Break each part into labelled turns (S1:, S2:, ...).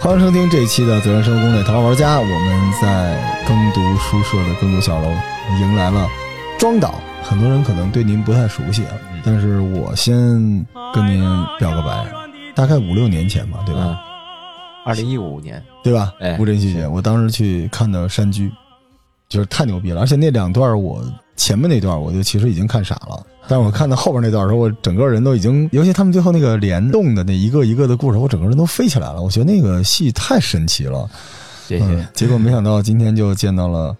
S1: 欢迎收听这一期的《责任生活攻略》《桃花玩家》，我们在耕读书社的耕读小楼迎来了庄导。很多人可能对您不太熟悉啊，
S2: 嗯
S1: 但是我先跟您表个白，大概五六年前吧，对吧？
S2: 哎嗯，二零一五年，
S1: 对吧？
S2: 哎
S1: 乌镇戏剧，我当时去看的山居，就是太牛逼了。而且那两段我前面那段我就其实已经看傻
S2: 嗯
S1: 了，但是我看到后边那段的时候，我整个人都已经，尤其他们最后那个联动的那一个一个的故事，我整个人都飞起来了。我觉得那个戏太神奇了。
S2: 谢谢。
S1: 嗯。结果没想到今天就见到了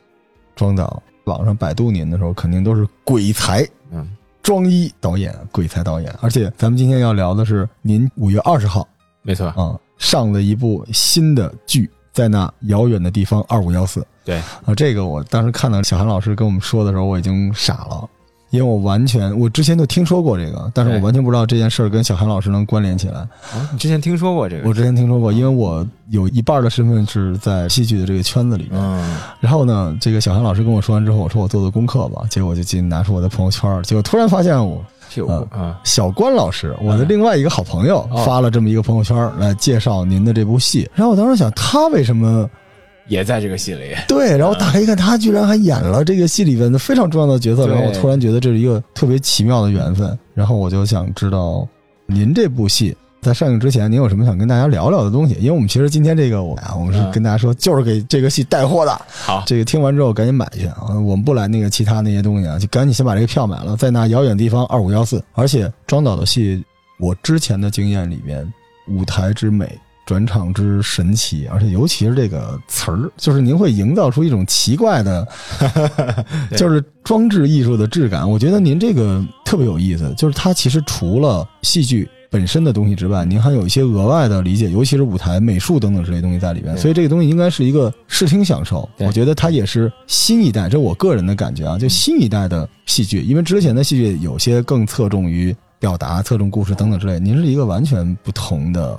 S1: 庄导，网上百度您的时候，肯定都是鬼才
S2: 嗯，
S1: 庄一导演，鬼才导演。而且咱们今天要聊的是您五月二十号
S2: 没错，
S1: 啊、上了一部新的剧，在那遥远的地方二五幺四
S2: 对，
S1: 啊，这个我当时看到小韩老师跟我们说的时候，我已经傻了，因为我完全我之前就听说过这个，但是我
S2: 对
S1: 完全不知道这件事儿跟小韩老师能关联起来。
S2: 哦你之前听说过这个？
S1: 我之前听说过，因为我有一半的身份是在戏剧的这个圈子里面。
S2: 嗯，
S1: 然后呢，这个小韩老师跟我说完之后，我说我做做功课吧，结果我就进拿出我的朋友圈儿，结果突然发现我
S2: 是有过啊，
S1: 小关老师，我的另外一个好朋友
S2: 哦
S1: 发了这么一个朋友圈来介绍您的这部戏，然后我当时想他为什么
S2: 也在这个戏里。
S1: 对，然后打开一看，他居然还演了这个戏里边的非常重要的角色，
S2: 对
S1: 然后我突然觉得这是一个特别奇妙的缘分，然后我就想知道您这部戏。在上映之前，您有什么想跟大家聊聊的东西？因为我们其实今天这个，我啊，我们是
S2: 嗯
S1: 跟大家说，就是给这个戏带货的。
S2: 好，
S1: 这个听完之后赶紧买去啊！我们不来那个其他那些东西啊，就赶紧先把这个票买了，在那遥远地方二五幺四。而且庄导的戏，我之前的经验里面，舞台之美。转场之神奇，而且尤其是这个词儿，就是您会营造出一种奇怪的，
S2: 对
S1: 就是装置艺术的质感。我觉得您这个特别有意思，就是它其实除了戏剧本身的东西之外，您还有一些额外的理解，尤其是舞台美术等等之类的东西在里边。
S2: 对
S1: 所以这个东西应该是一个视听享受。
S2: 对嗯
S1: 我觉得它也是新一代，这我个人的感觉啊，就新一代的戏剧，因为之前的戏剧有些更侧重于表达、侧重故事等等之类。您是一个完全不同的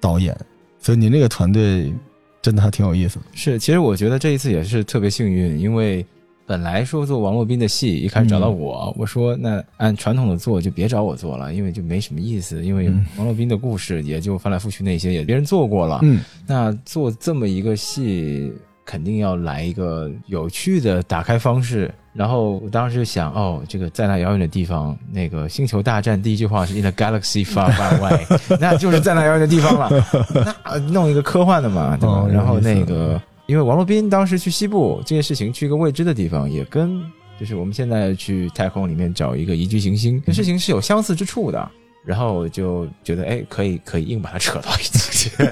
S1: 导演，所以您这个团队真的还挺有意思的。
S2: 是，其实我觉得这一次也是特别幸运，因为本来说做王洛宾的戏，一开始找到我，我说那按传统的做就别找我做了，因为就没什么意思，因为
S1: 嗯
S2: 王洛宾的故事也就翻来覆去那些，也别人做过了。
S1: 嗯，
S2: 那做这么一个戏，肯定要来一个有趣的打开方式。然后我当时就想，哦，这个在那遥远的地方，那个《星球大战》第一句话是 “In a galaxy far, far away”，那就是在那遥远的地方了。那呃弄一个科幻的嘛，对吧？
S1: 哦有
S2: 然后
S1: 意思
S2: 那个，因为王洛宾当时去西部这件事情，去一个未知的地方，也跟就是我们现在去太空里面找一个宜居行星，这事情是有相似之处的。然后我就觉得，哎，可以可以硬把它扯到一起去。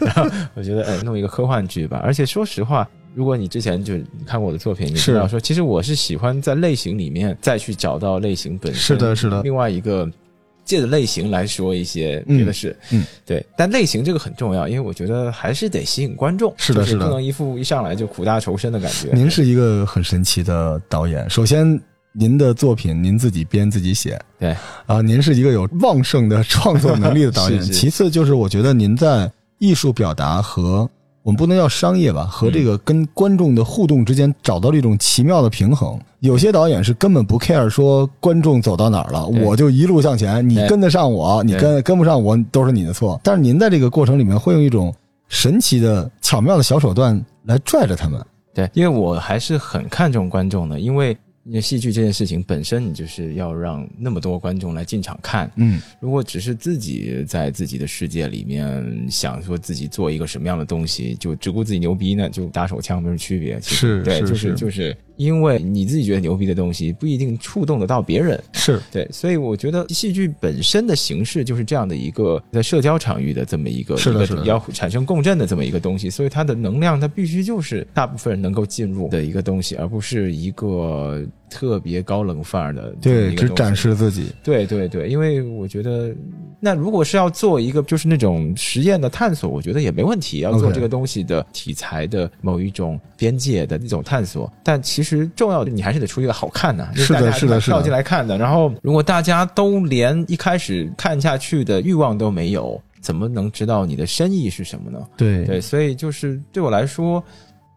S2: 然后我觉得，哎，弄一个科幻剧吧。而且说实话，如果你之前就看过我的作品，你知道
S1: 是
S2: 说，其实我是喜欢在类型里面再去找到类型本身。嗯
S1: 是的，是的，
S2: 另外一个借着类型来说一些别的事，
S1: 嗯嗯
S2: 对。但类型这个很重要，因为我觉得还是得吸引观众，
S1: 是的
S2: 就是
S1: 的
S2: 不能一副一上来就苦大仇深的感觉。
S1: 您是一个很神奇的导演。首先，您的作品您自己编自己写，
S2: 对
S1: 啊，您是一个有旺盛的创作能力的导演。
S2: 是是
S1: 其次就是我觉得您在艺术表达和我们不能叫商业吧，
S2: 嗯
S1: 和这个跟观众的互动之间找到了一种奇妙的平衡。有些导演是根本不 care 说观众走到哪儿了，
S2: 对
S1: 我就一路向前，你
S2: 对
S1: 跟得上我，你跟跟不上我都是你的错。但是您在这个过程里面会用一种神奇的巧妙的小手段来拽着他们。
S2: 对，因为我还是很看重观众的，因为你的戏剧这件事情本身，你就是要让那么多观众来进场看。
S1: 嗯，
S2: 如果只是自己在自己的世界里面想说自己做一个什么样的东西，就只顾自己牛逼呢，就打手枪没什么区别。其实
S1: 是
S2: 对，
S1: 是
S2: 就是就是因为你自己觉得牛逼的东西，不一定触动得到别人。
S1: 是
S2: 对，所以我觉得戏剧本身的形式就是这样的一个在社交场域的这么一个
S1: 是的
S2: 一个
S1: 是的
S2: 要产生共振的这么一个东西，所以它的能量它必须就是大部分人能够进入的一个东西，而不是一个特别高冷范儿的这么
S1: 对，
S2: 一个
S1: 只
S2: 东
S1: 展
S2: 西。
S1: 示自己。
S2: 对对对，因为我觉得，那如果是要做一个就是那种实验的探索，我觉得也没问题。要做
S1: OK
S2: 这个东西的题材的某一种边界的那种探索，但其实重要的你还是得出一个好看的、因为
S1: 是的
S2: 大家
S1: 是的是的
S2: 跳进来看的。然后，如果大家都连一开始看下去的欲望都没有，怎么能知道你的深意是什么呢？
S1: 对
S2: 对，所以就是对我来说，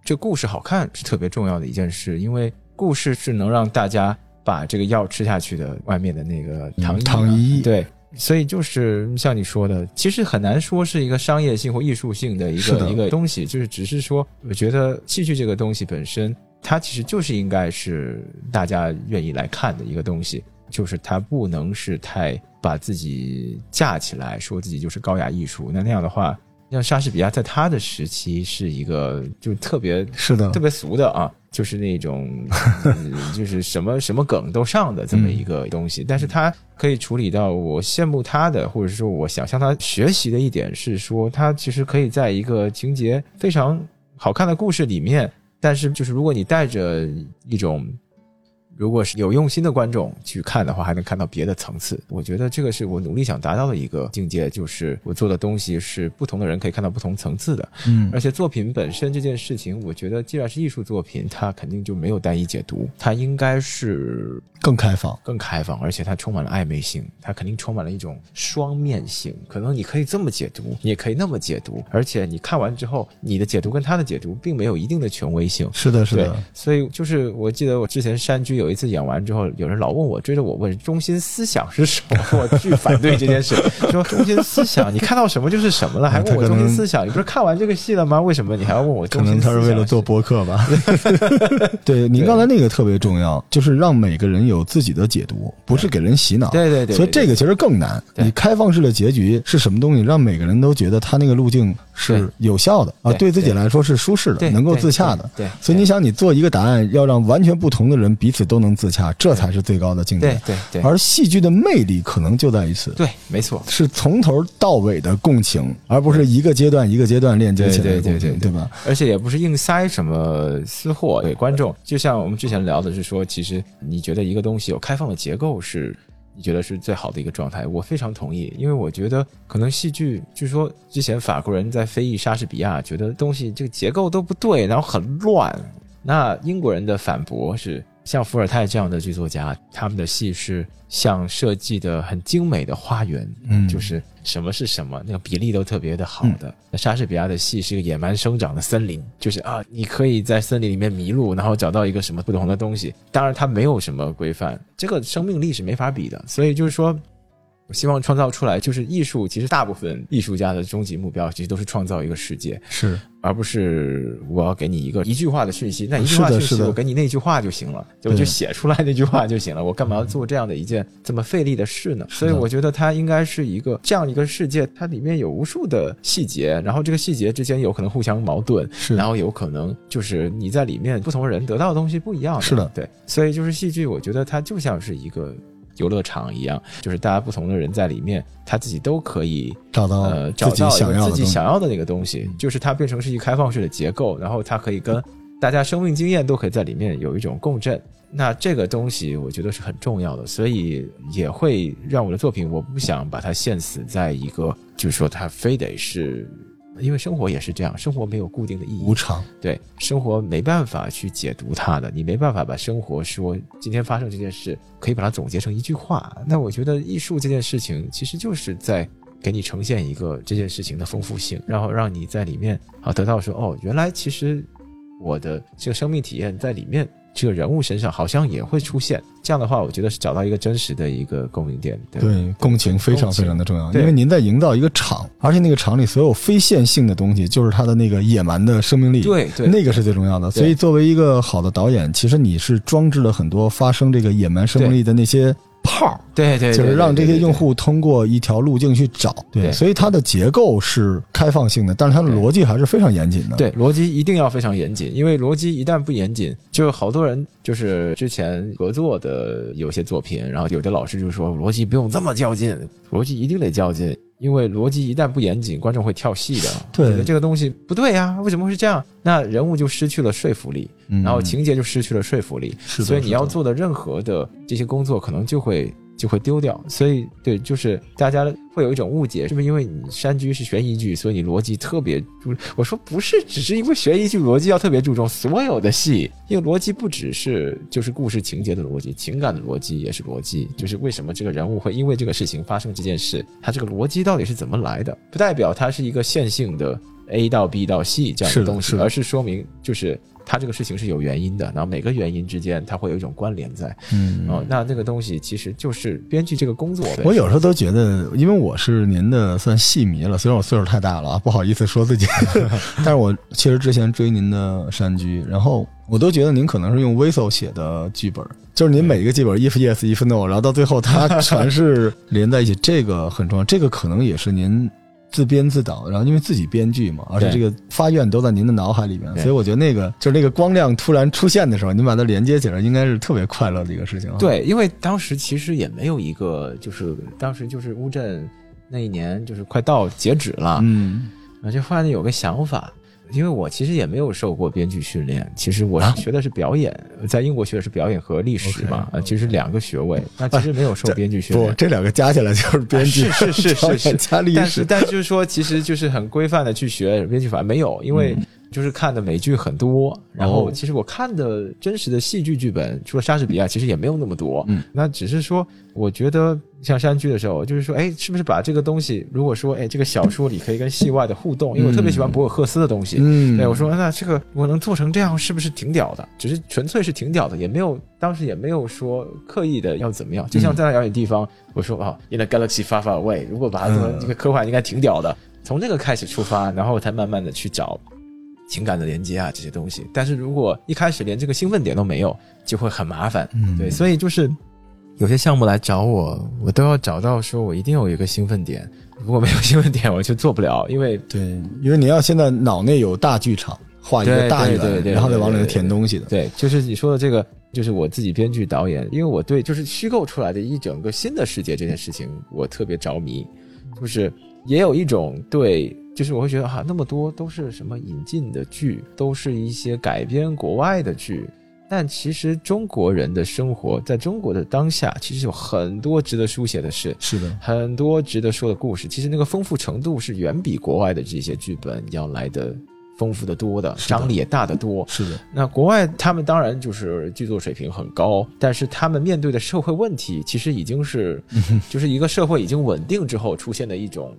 S2: 这故事好看是特别重要的一件事，因为故嗯事是能让大家把这个药吃下去的外面的那个糖衣嘛
S1: 糖衣
S2: 对。所以就是像你说的，其实很难说是一个商业性或艺术性的一
S1: 是
S2: 个
S1: 的
S2: 一个东西，就是只是说，我觉得戏剧这个东西本身，它其实就是应该是大家愿意来看的一个东西，就是它不能是太把自己架起来，说自己就是高雅艺术。那那样的话，像莎士比亚在他的时期是一个就特别
S1: 是的
S2: 特，别俗的啊，就是那种、呃就是什么什么梗都上的这么一个东西。嗯但是他可以处理到我羡慕他的，或者说我想向他学习的一点是说，他其实可以在一个情节非常好看的故事里面，但是就是如果你带着一种。如果是有用心的观众去看的话，还能看到别的层次。我觉得这个是我努力想达到的一个境界，就是我做的东西是不同的人可以看到不同层次的。
S1: 嗯
S2: 而且作品本身这件事情，我觉得既然是艺术作品，它肯定就没有单一解读，它应该是
S1: 更开放。
S2: 更开放，而且它充满了暧昧性，它肯定充满了一种双面性。可能你可以这么解读，你也可以那么解读，而且你看完之后，你的解读跟他的解读并没有一定的权威性。
S1: 是的，是
S2: 对
S1: 的，，
S2: 所以就是我记得我之前山居有一次演完之后，有人老问我，追着我问中心思想是什么，我巨反对这 件事，说中心思想你看到什么就是什么了，还问我中心思想，你不是看完这个戏了吗？为什么你还要问我
S1: 可
S2: 中
S1: 能
S2: 心思
S1: 他
S2: 想？
S1: 是为了做博客吧。 对，您
S2: 对
S1: 刚才那个特别重要，就是让每个人有自己的解读，不是给人洗脑。
S2: 对对对，
S1: 所以这
S2: 个
S1: 个其实更难。
S2: 对
S1: 你开放式的结局是什么东西，让每个人都觉得他那个路径是
S2: 对
S1: 有效的啊，
S2: 对
S1: 对自己来说是舒适的，
S2: 对
S1: 能够自洽的。
S2: 对，对
S1: 所以你想，你做一个答案，要让完全不同的人彼此都能自洽，这才是最高的境
S2: 对
S1: 界。
S2: 对对对
S1: 而戏剧的魅力可能就在于此，
S2: 对，没错，
S1: 是从头到尾的共情，而不是一个阶段一个阶段链接起来的
S2: 对对
S1: 共情，
S2: 对
S1: 对
S2: 对
S1: 吧？
S2: 而且也不是硬塞什么私货给观众。就像我们之前聊的是说，其实你觉得一个东西有开放的结构是。你觉得是最好的一个状态，我非常同意，因为我觉得可能戏剧，据说之前法国人在非议莎士比亚，觉得东西这个结构都不对，然后很乱。那英国人的反驳是，像伏尔泰这样的剧作家，他们的戏是像设计的很精美的花园，
S1: 嗯
S2: 就是什么是什么，那个比例都特别的好的。那莎士比亚的戏是个野蛮生长的森林，就是啊，你可以在森林里面迷路，然后找到一个什么不同的东西。当然，它没有什么规范，这个生命力是没法比的。所以就是说。我希望创造出来，就是艺术。其实大部分艺术家的终极目标，其实都是创造一个世界，
S1: 是
S2: 而不是我要给你一个一句话的讯息。那一句话
S1: 是
S2: 讯
S1: 的
S2: 息
S1: 是，的
S2: 我给你那句话就行了，就
S1: 对
S2: 我就写出来那句话就行了。我干嘛要做这样的一件这么费力的事呢？
S1: 是
S2: 所
S1: 的
S2: 以我觉得它应该是一个这样一个世界，它里面有无数的细节，然后这个细节之间有可能互相矛盾，
S1: 是
S2: 然后有可能就是你在里面不同人得到的东西不一样。
S1: 是的
S2: 对，所以就是戏剧，我觉得它就像是一个游乐场一样，就是大家不同的人在里面，他自己都可以
S1: 找到
S2: 呃
S1: 自
S2: 找
S1: 己
S2: 到一
S1: 想
S2: 个
S1: 要的
S2: 自己
S1: 东西嗯
S2: 想要的那个东西，就是它变成是一个开放式的结构，然后它可以跟大家生命经验都可以在里面有一种共振。那这个东西我觉得是很重要的，所以也会让我的作品，我不想把它限死在一个，就是说它非得是。因为生活也是这样，生活没有固定的意义，
S1: 无常。
S2: 对生活没办法去解读它的，你没办法把生活说今天发生这件事，可以把它总结成一句话。那我觉得艺术这件事情其实就是在给你呈现一个这件事情的丰富性，然后让你在里面啊得到说哦，原来其实我的这个生命体验在里面。这个人物身上好像也会出现，这样的话，我觉得是找到一个真实的一个共鸣点。对
S1: 对，共情非常
S2: 共情
S1: 非常的重要，
S2: 对
S1: 因为您在营造一个场，而且那个场里所有非线性的东西，就是它的那个野蛮的生命力，
S2: 对对
S1: 那个是最重要的。
S2: 对
S1: 所以，作为一个好的导演，其实你是装置了很多发生这个野蛮生命力的那些泡儿，
S2: 对对，
S1: 就是让这些用
S2: 户。
S1: 户通过一条路径去找。
S2: 对
S1: 所以它的结构是开放性的，但是它的
S2: 对
S1: 逻辑还是非常严谨的。
S2: 对，逻辑一定要非常严谨，因为逻辑一旦不严谨，就好多人就是之前合作的有些作品，然后有的老师就说逻辑不用这么较劲，逻辑一定得较劲，因为逻辑一旦不严谨，观众会跳戏的，
S1: 对
S2: 觉得这个东西不对呀、为什么会是这样？那人物就失去了说服力，
S1: 嗯，
S2: 然后情节就失去了说服力，
S1: 是的，
S2: 所以
S1: 是
S2: 你
S1: 的
S2: 要做的任何的这些工作，可能就会就会丢掉。所以对，就是大家会有一种误解，是不是因为你山居是悬疑剧，所以你逻辑特别注？我说不是，只是因为悬疑剧逻辑要特别注重，所有的戏，因为逻辑不只是就是故事情节的逻辑，情感的逻辑也是逻辑，就是为什么这个人物会因为这个事情发生这件事，他这个逻辑到底是怎么来的？不代表它是一个线性的 A 到 B 到 C 这样
S1: 是
S2: 的
S1: 的
S2: 东西，
S1: 是的
S2: 而是说明就是它这个事情是有原因的，然后每个原因之间它会有一种关联在。
S1: 嗯
S2: 哦，那这个东西其实就是编剧这个工作呗。
S1: 我有时候都觉得，因为我是您的算戏迷了，虽然我岁数太大了啊，不好意思说 自己，但是我其实之前追您的《山居》，然后我都觉得您可能是用 Whistle 写的剧本，就是您每一个剧本 if yes if no，然后到最后它全是连在一起，这个很 重要，这个可能也是您。自编自导，然后因为自己编剧嘛，而且这
S2: 对
S1: 个发愿都在您的脑海里面，
S2: 对
S1: 所以我觉得那个就是那个光亮突然出现的时候，您把它连接起来，应该是特别快乐的一个事情啊。
S2: 对，因为当时其实也没有一个，就是当时就是乌镇那一年就是快到截止了，
S1: 嗯，
S2: 我就忽然有个想法，因为我其实也没有受过编剧训练，其实我
S1: 啊
S2: 学的是表演，在英国学的是表演和历史
S1: OK，
S2: 嘛，
S1: 啊
S2: 呃其实两个学位，那其实没有受
S1: 这
S2: 编剧训
S1: 不，
S2: 练。
S1: 这两个加起来就是编剧，
S2: 啊是是是是
S1: 导演加历
S2: 但是，
S1: 史，
S2: 但就是说，其实就是很规范的去学编剧法，没有，因为就是看的美剧很多，然后
S1: 嗯哦
S2: 其实我看的真实的戏剧剧本，除了莎士比亚，其实也没有那么多。
S1: 嗯，
S2: 那只是说，我觉得像山居的时候，就是说，哎，是不是把这个东西，如果说，哎，这个小说里可以跟戏外的互动，因为我特别喜欢博尔赫斯的东西。
S1: 嗯
S2: 对，我说那这个我能做成这样，是不是挺屌的？只是纯粹是挺屌的，也没有当时也没有说刻意的要怎
S1: 嗯
S2: 么样。就像在遥远地方，我说啊，In a galaxy far far away，如果把它做成一个科幻，应该挺屌
S1: 嗯
S2: 的。从这个开始出发，然后才慢慢的去找情感的连接啊这些东西。但是如果一开始连这个兴奋点都没有，就会很麻烦。
S1: 嗯
S2: 对，所以就是有些项目来找我，我都要找到说我一定有一个兴奋点。如果没有兴奋点，我就做不了，因为
S1: 对，因为你要现在脑内有大剧场，画一个
S2: 对
S1: 大
S2: 对
S1: 圆，
S2: 对对对
S1: 然后再往里头填东西的，
S2: 对，就是你说的这个，就是我自己编剧导演，因为我对就是虚构出来的一整个新的世界这件事情，我特别着迷，就是也有一种对。就是我会觉得啊，那么多都是什么引进的剧，都是一些改编国外的剧，但其实中国人的生活，在中国的当下，其实有很多值得书写的事，
S1: 是的，
S2: 很多值得说的故事。其实那个丰富程度是远比国外的这些剧本要来的丰富的多的，
S1: 是的
S2: 张力也大得多。
S1: 是的，
S2: 那国外他们当然就是剧作水平很高，但是他们面对的社会问题，其实已经是，
S1: 嗯
S2: 就是一个社会已经稳定之后出现的一种，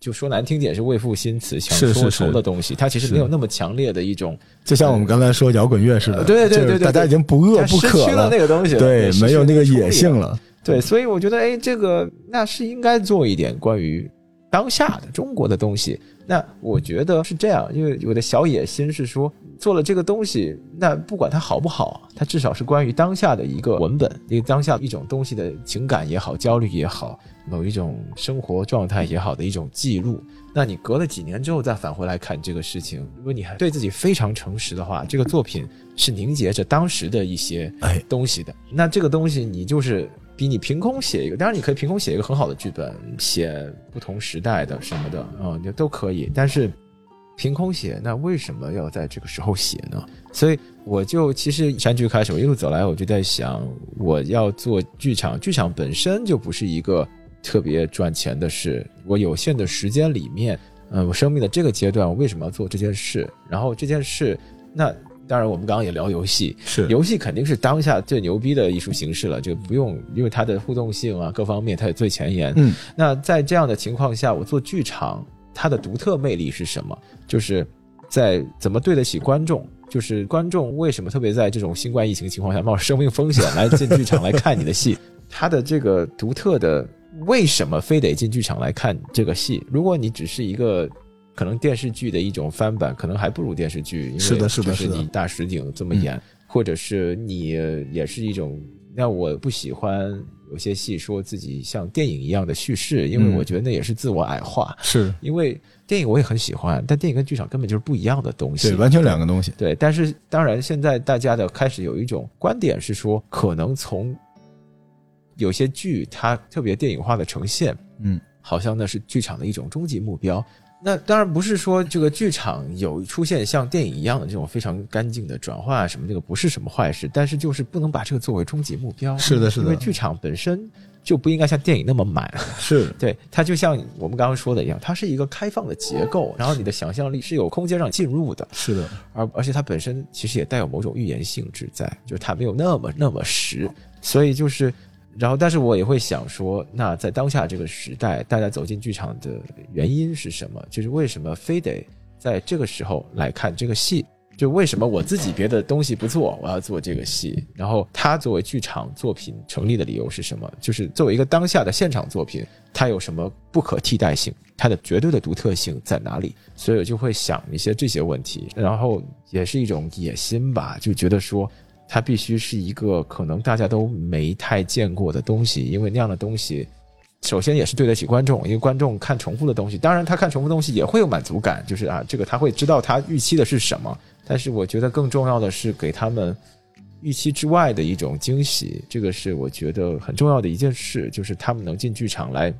S2: 就说难听点是为赋新词强
S1: 是是
S2: 说
S1: 是
S2: 愁的东西。它其实
S1: 是
S2: 没有那么强烈的一种，
S1: 就像我们刚才说摇滚乐似的，
S2: 呃对对对
S1: 就是
S2: 对
S1: 大家已经不饿
S2: 它
S1: 不
S2: 失
S1: 渴
S2: 去了那个东西了，
S1: 对，
S2: 失去
S1: 没有
S2: 了
S1: 那个
S2: 冲
S1: 野
S2: 力
S1: 性
S2: 了。
S1: 了，
S2: 对，所以我觉得，哎，这个那是应该做一点关于当下的中国的东西。那我觉得是这样，因为我的小野心是说，做了这个东西，那不管它好不好，它至少是关于当下的一个文本，一个当下一种东西的情感也好，焦虑也好，某一种生活状态也好的一种记录。那你隔了几年之后再返回来看这个事情，如果你还对自己非常诚实的话，这个作品是凝结着当时的一些
S1: 哎，
S2: 东西的。那这个东西你就是比你凭空写一个，当然你可以凭空写一个很好的剧本，写不同时代的什么的，嗯，你都可以。但是凭空写，那为什么要在这个时候写呢？ 所以我就其实山剧开始，我一路走来，我就在想，我要做剧场，剧场本身就不是一个特别赚钱的事，我有限的时间里面。嗯，我生命的这个阶段，我为什么要做这件事？然后这件事，那当然我们刚刚也聊游戏，
S1: 是
S2: 游戏肯定是当下最牛逼的艺术形式了，这个不用，因为它的互动性啊，各方面它也最前沿。
S1: 嗯，
S2: 那在这样的情况下，我做剧场，它的独特魅力是什么？就是在怎么对得起观众。就是观众为什么特别在这种新冠疫情情况下冒生命风险来进剧场来看你 的戏，它的这个独特的为什么非得进剧场来看这个戏？如果你只是一个可能电视剧的一种翻版，可能还不如电视剧，因为
S1: 是的是的
S2: 就是
S1: 是的
S2: 你大实景这么演，或者是你呃也是一种。那我不喜欢有些戏说自己像电影一样的叙事，因为
S1: 嗯
S2: 我觉得那也是自我矮化。
S1: 是，
S2: 因为电影我也很喜欢，但电影跟剧场根本就是不一样的东西。
S1: 对，完全两个东西，
S2: 对，但是当然，现在大家的开始有一种观点是说，可能从有些剧它特别电影化的呈现，
S1: 嗯，
S2: 好像那是剧场的一种终极目标。那当然不是说这个剧场有出现像电影一样的这种非常干净的转化什么，这个不是什么坏事，但是就是不能把这个作为终极目标。
S1: 是的是的
S2: 因为剧场本身就不应该像电影那么满，
S1: 是
S2: 对，它就像我们刚刚说的一样，它是一个开放的结构，然后你的想象力是有空间让你进入的，
S1: 是的，
S2: 而而且它本身其实也带有某种预言性质在，就是它没有那么那么实，所以就是，然后但是我也会想说，那在当下这个时代，大家走进剧场的原因是什么？就是为什么非得在这个时候来看这个戏？就为什么我自己别的东西不做，我要做这个戏？然后它作为剧场作品成立的理由是什么？就是作为一个当下的现场作品，它有什么不可替代性？它的绝对的独特性在哪里？所以我就会想一些这些问题，然后也是一种野心吧，就觉得说它必须是一个可能大家都没太见过的东西，因为那样的东西。首先也是对得起观众，因为观众看重复的东西，当然他看重复东西也会有满足感，就是啊，这个他会知道他预期的是什么。但是我觉得更重要的是给他们预期之外的一种惊喜，这个是我觉得很重要的一件事，就是他们能进剧场来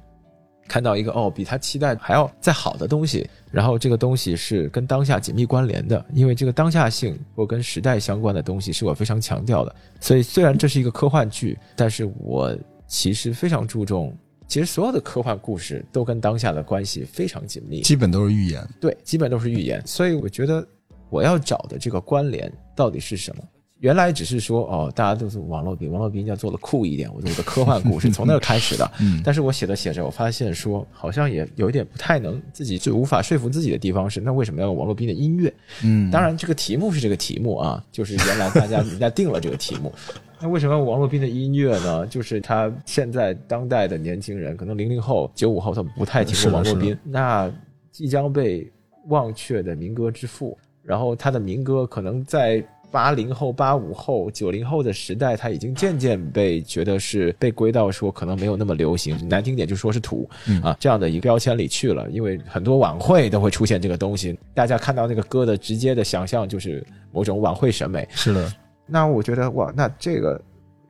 S2: 看到一个哦，比他期待还要再好的东西，然后这个东西是跟当下紧密关联的，因为这个当下性或跟时代相关的东西是我非常强调的。所以虽然这是一个科幻剧，但是我其实非常注重，其实所有的科幻故事都跟当下的关系非常紧密，
S1: 基本都是预言。
S2: 对，基本都是预言。所以我觉得我要找的这个关联到底是什么？原来只是说哦，大家都是网络比王洛宾要做的酷一点，我做的科幻故事从那儿开始的。
S1: 嗯，
S2: 但是我写着写着，我发现说好像也有一点不太能自己就无法说服自己的地方是，那为什么要用王洛宾的音乐？
S1: 嗯，
S2: 当然，这个题目是这个题目啊，就是原来 大家人家定了这个题目。那为什么王洛宾的音乐呢？就是他现在当代的年轻人，可能零零后、九五后，他们不太听
S1: 是的
S2: 过王洛
S1: 是的
S2: 宾。那即将被忘却的民歌之父，然后他的民歌可能在。八零后、八五后、九零后的时代，他已经渐渐被觉得是被归到说可能没有那么流行，难听点就说是土，
S1: 嗯
S2: 啊这样的一个标签里去了，因为很多晚会都会出现这个东西，大家看到那个歌的直接的想象就是某种晚会审美。
S1: 是的，
S2: 那我觉得哇，那这个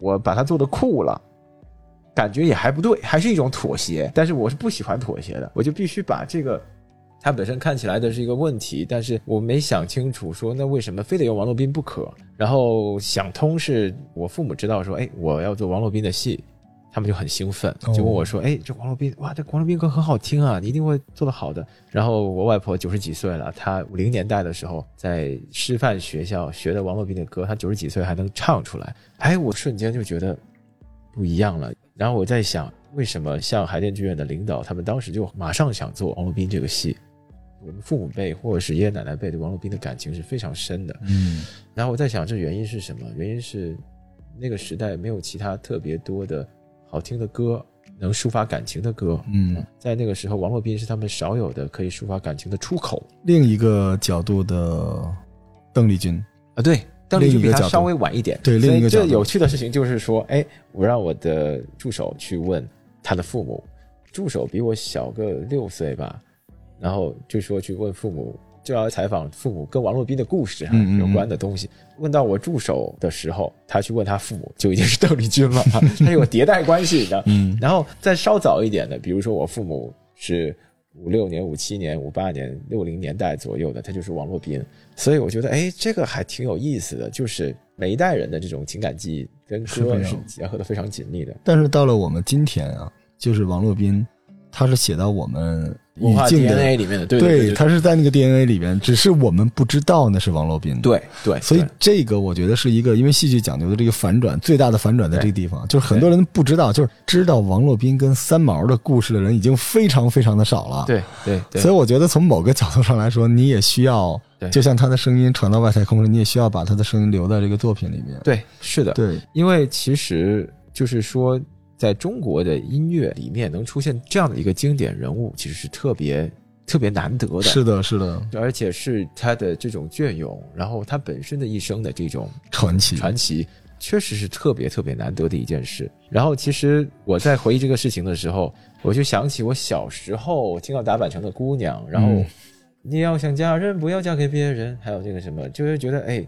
S2: 我把它做的酷了，感觉也还不对，还是一种妥协。但是我是不喜欢妥协的，我就必须把这个它本身看起来的是一个问题，但是我没想清楚说那为什么非得用王洛宾不可。然后想通是我父母知道说，哎，我要做王洛宾的戏。他们就很兴奋，
S1: 哦
S2: 就问我说：“哎，这王洛宾，哇，这王洛宾歌很好听啊，你一定会做得好的。”然后我外婆九十几岁了，她五零年代的时候在师范学校学的王洛宾的歌，她九十几岁还能唱出来，哎，我瞬间就觉得不一样了。然后我在想，为什么像海淀剧院的领导，他们当时就马上想做王洛宾这个戏？我们父母辈或者是爷爷奶奶辈对王洛宾的感情是非常深的。
S1: 嗯，
S2: 然后我在想，这原因是什么？原因是那个时代没有其他特别多的好听的歌，能抒发感情的歌。
S1: 嗯，
S2: 在那个时候，王洛宾是他们少有的可以抒发感情的出口
S1: 另一个角度的邓丽君，
S2: 啊。对，邓丽
S1: 另
S2: 君
S1: 一
S2: 比
S1: 个角
S2: 他
S1: 度
S2: 稍微晚一点。
S1: 对
S2: 所
S1: 另一
S2: 以
S1: 个角
S2: 这
S1: 度
S2: 有趣的事情就是说，哎，我让我的助手去问他的父母，助手比我小个六岁吧，然后就说去问父母，就要采访父母跟王洛宾的故事啊
S1: 嗯嗯嗯
S2: 有关的东西。问到我助手的时候，他去问他父母，就已经是邓丽君了，啊他有迭代关系的。
S1: 嗯，
S2: 然后再稍早一点的，比如说我父母是五六年、五七年、五八年、六零年代左右的，他就是王洛宾。所以我觉得，哎，这个还挺有意思的，就是每一代人的这种情感记忆跟
S1: 是不一
S2: 歌
S1: 样
S2: 是结合的非常紧密的。
S1: 但是到了我们今天啊，就是王洛宾，他是写到我们
S2: 文
S1: 语
S2: 化
S1: 境的，
S2: DNA 里面的，对对
S1: 他是在那个 DNA 里边，只是我们不知道那是王洛宾。，
S2: 对对，
S1: 所以
S2: 对
S1: 这个我觉得是一个，因为戏剧讲究的这个反转，最大的反转在这个地方，就是很多人不知道，就是知道王洛宾跟三毛的故事的人已经非常非常的少了。。
S2: 对对对，
S1: 所以我觉得从某个角度上来说，你也需要
S2: 对，
S1: 就像他的声音传到外太空时，你也需要把他的声音留在这个作品里面。
S2: 对是的，
S1: 对，
S2: 因为其实就是说，在中国的音乐里面能出现这样的一个经典人物，其实是特别特别难得的。
S1: 是的，是的，
S2: 而且是他的这种隽永，然后他本身的一生的这种
S1: 传奇。
S2: 传奇，确实是特别特别难得的一件事。然后，其实我在回忆这个事情的时候，我就想起我小时候听到打板城的姑娘，然后、
S1: 嗯
S2: 你要想嫁人，不要嫁给别人，还有这个什么，就是觉得哎，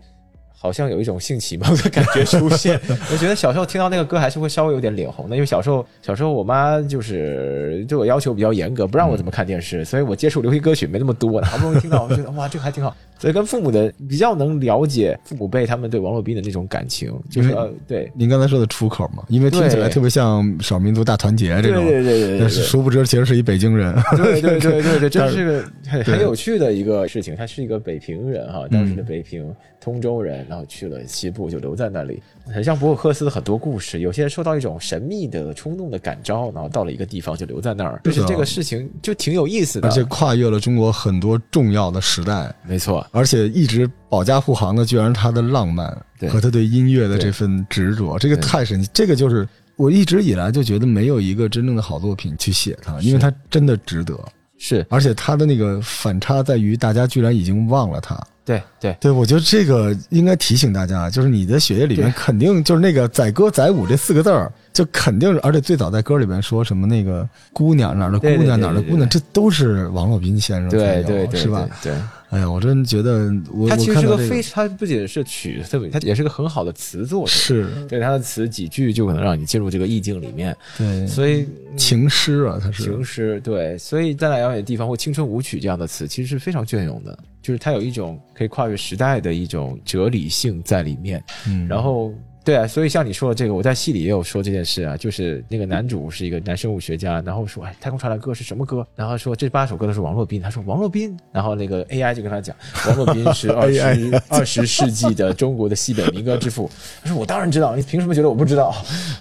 S2: 好像有一种性启蒙的感觉出现。我觉得小时候听到那个歌还是会稍微有点脸红的，因为小时候小时候我妈就是对我要求比较严格，不让我怎么看电
S1: 嗯
S2: 视，所以我接触流行歌曲没那么多。好不容易听到，我觉得哇，这个还挺好。所以跟父母的比较能了解父母辈他们对王洛宾的那种感情，就是、
S1: 因为
S2: 呃、对。
S1: 您刚才说的出口嘛，因为听起来
S2: 对
S1: 特别像少民族大团结这
S2: 对
S1: 种，
S2: 对对对对
S1: 但
S2: 对
S1: 是殊不知其实是一北京 人。
S2: 对对对对对，这
S1: 但是
S2: 是个很
S1: 对嗯
S2: 很有趣的一个事情。他是一个北平人哈，当时的北平通州人，然后去了西部就留在那里，很像博尔赫斯的很多故事。有些人受到一种神秘的冲动的感召，然后到了一个地方就留在那儿，就是是
S1: 的
S2: 这个事情就挺有意思的
S1: 而。且跨越了中国很多重要的时代，
S2: 没错，
S1: 而且一直保驾护航的，居然是他的浪漫
S2: 对
S1: 和他对音乐的
S2: 对
S1: 这份执着，这个
S2: 对
S1: 太神奇。这个就是我一直以来就觉得没有一个真正的好作品去写它，因为
S2: 是
S1: 它真的值得。
S2: 是
S1: 而且它的那个反差在于，大家居然已经忘了它。
S2: 对对
S1: 对，我觉得这个应该提醒大家，啊就是你的血液里面
S2: 对
S1: 肯定就是那个“载歌载舞”这四个字儿，就肯定是，而且最早在歌里面说什么那个姑娘哪儿的姑
S2: 对对
S1: 娘
S2: 对
S1: 哪儿的
S2: 对
S1: 姑娘，这都是王洛宾先生才
S2: 对
S1: 有
S2: 对对，
S1: 是吧？？
S2: 对。
S1: 哎呀，我真觉得我
S2: 他其
S1: 我
S2: 实
S1: 看
S2: 是
S1: 到
S2: 个
S1: 这
S2: 非，他不仅是曲子，它也是个很好的词作者。
S1: 是
S2: 对他的词几句就可能让你进入这个意境里面，
S1: 对
S2: 所以
S1: 情诗啊，它是
S2: 情诗，对，所以在遥远的地方或青春舞曲这样的词，其实是非常隽永的，就是它有一种可以跨越时代的一种哲理性在里面。
S1: 嗯，
S2: 然后，对啊，所以像你说的这个，我在戏里也有说这件事啊，就是那个男主是一个男生物学家，然后说，哎，太空船的歌是什么歌？然后说这八首歌都是王洛宾，他说王洛宾，然后那个 AI 就跟他讲，王洛宾是二
S1: AI
S2: 十 二十世纪的中国的西北民歌之父。他说我当然知道，你凭什么觉得我不知道？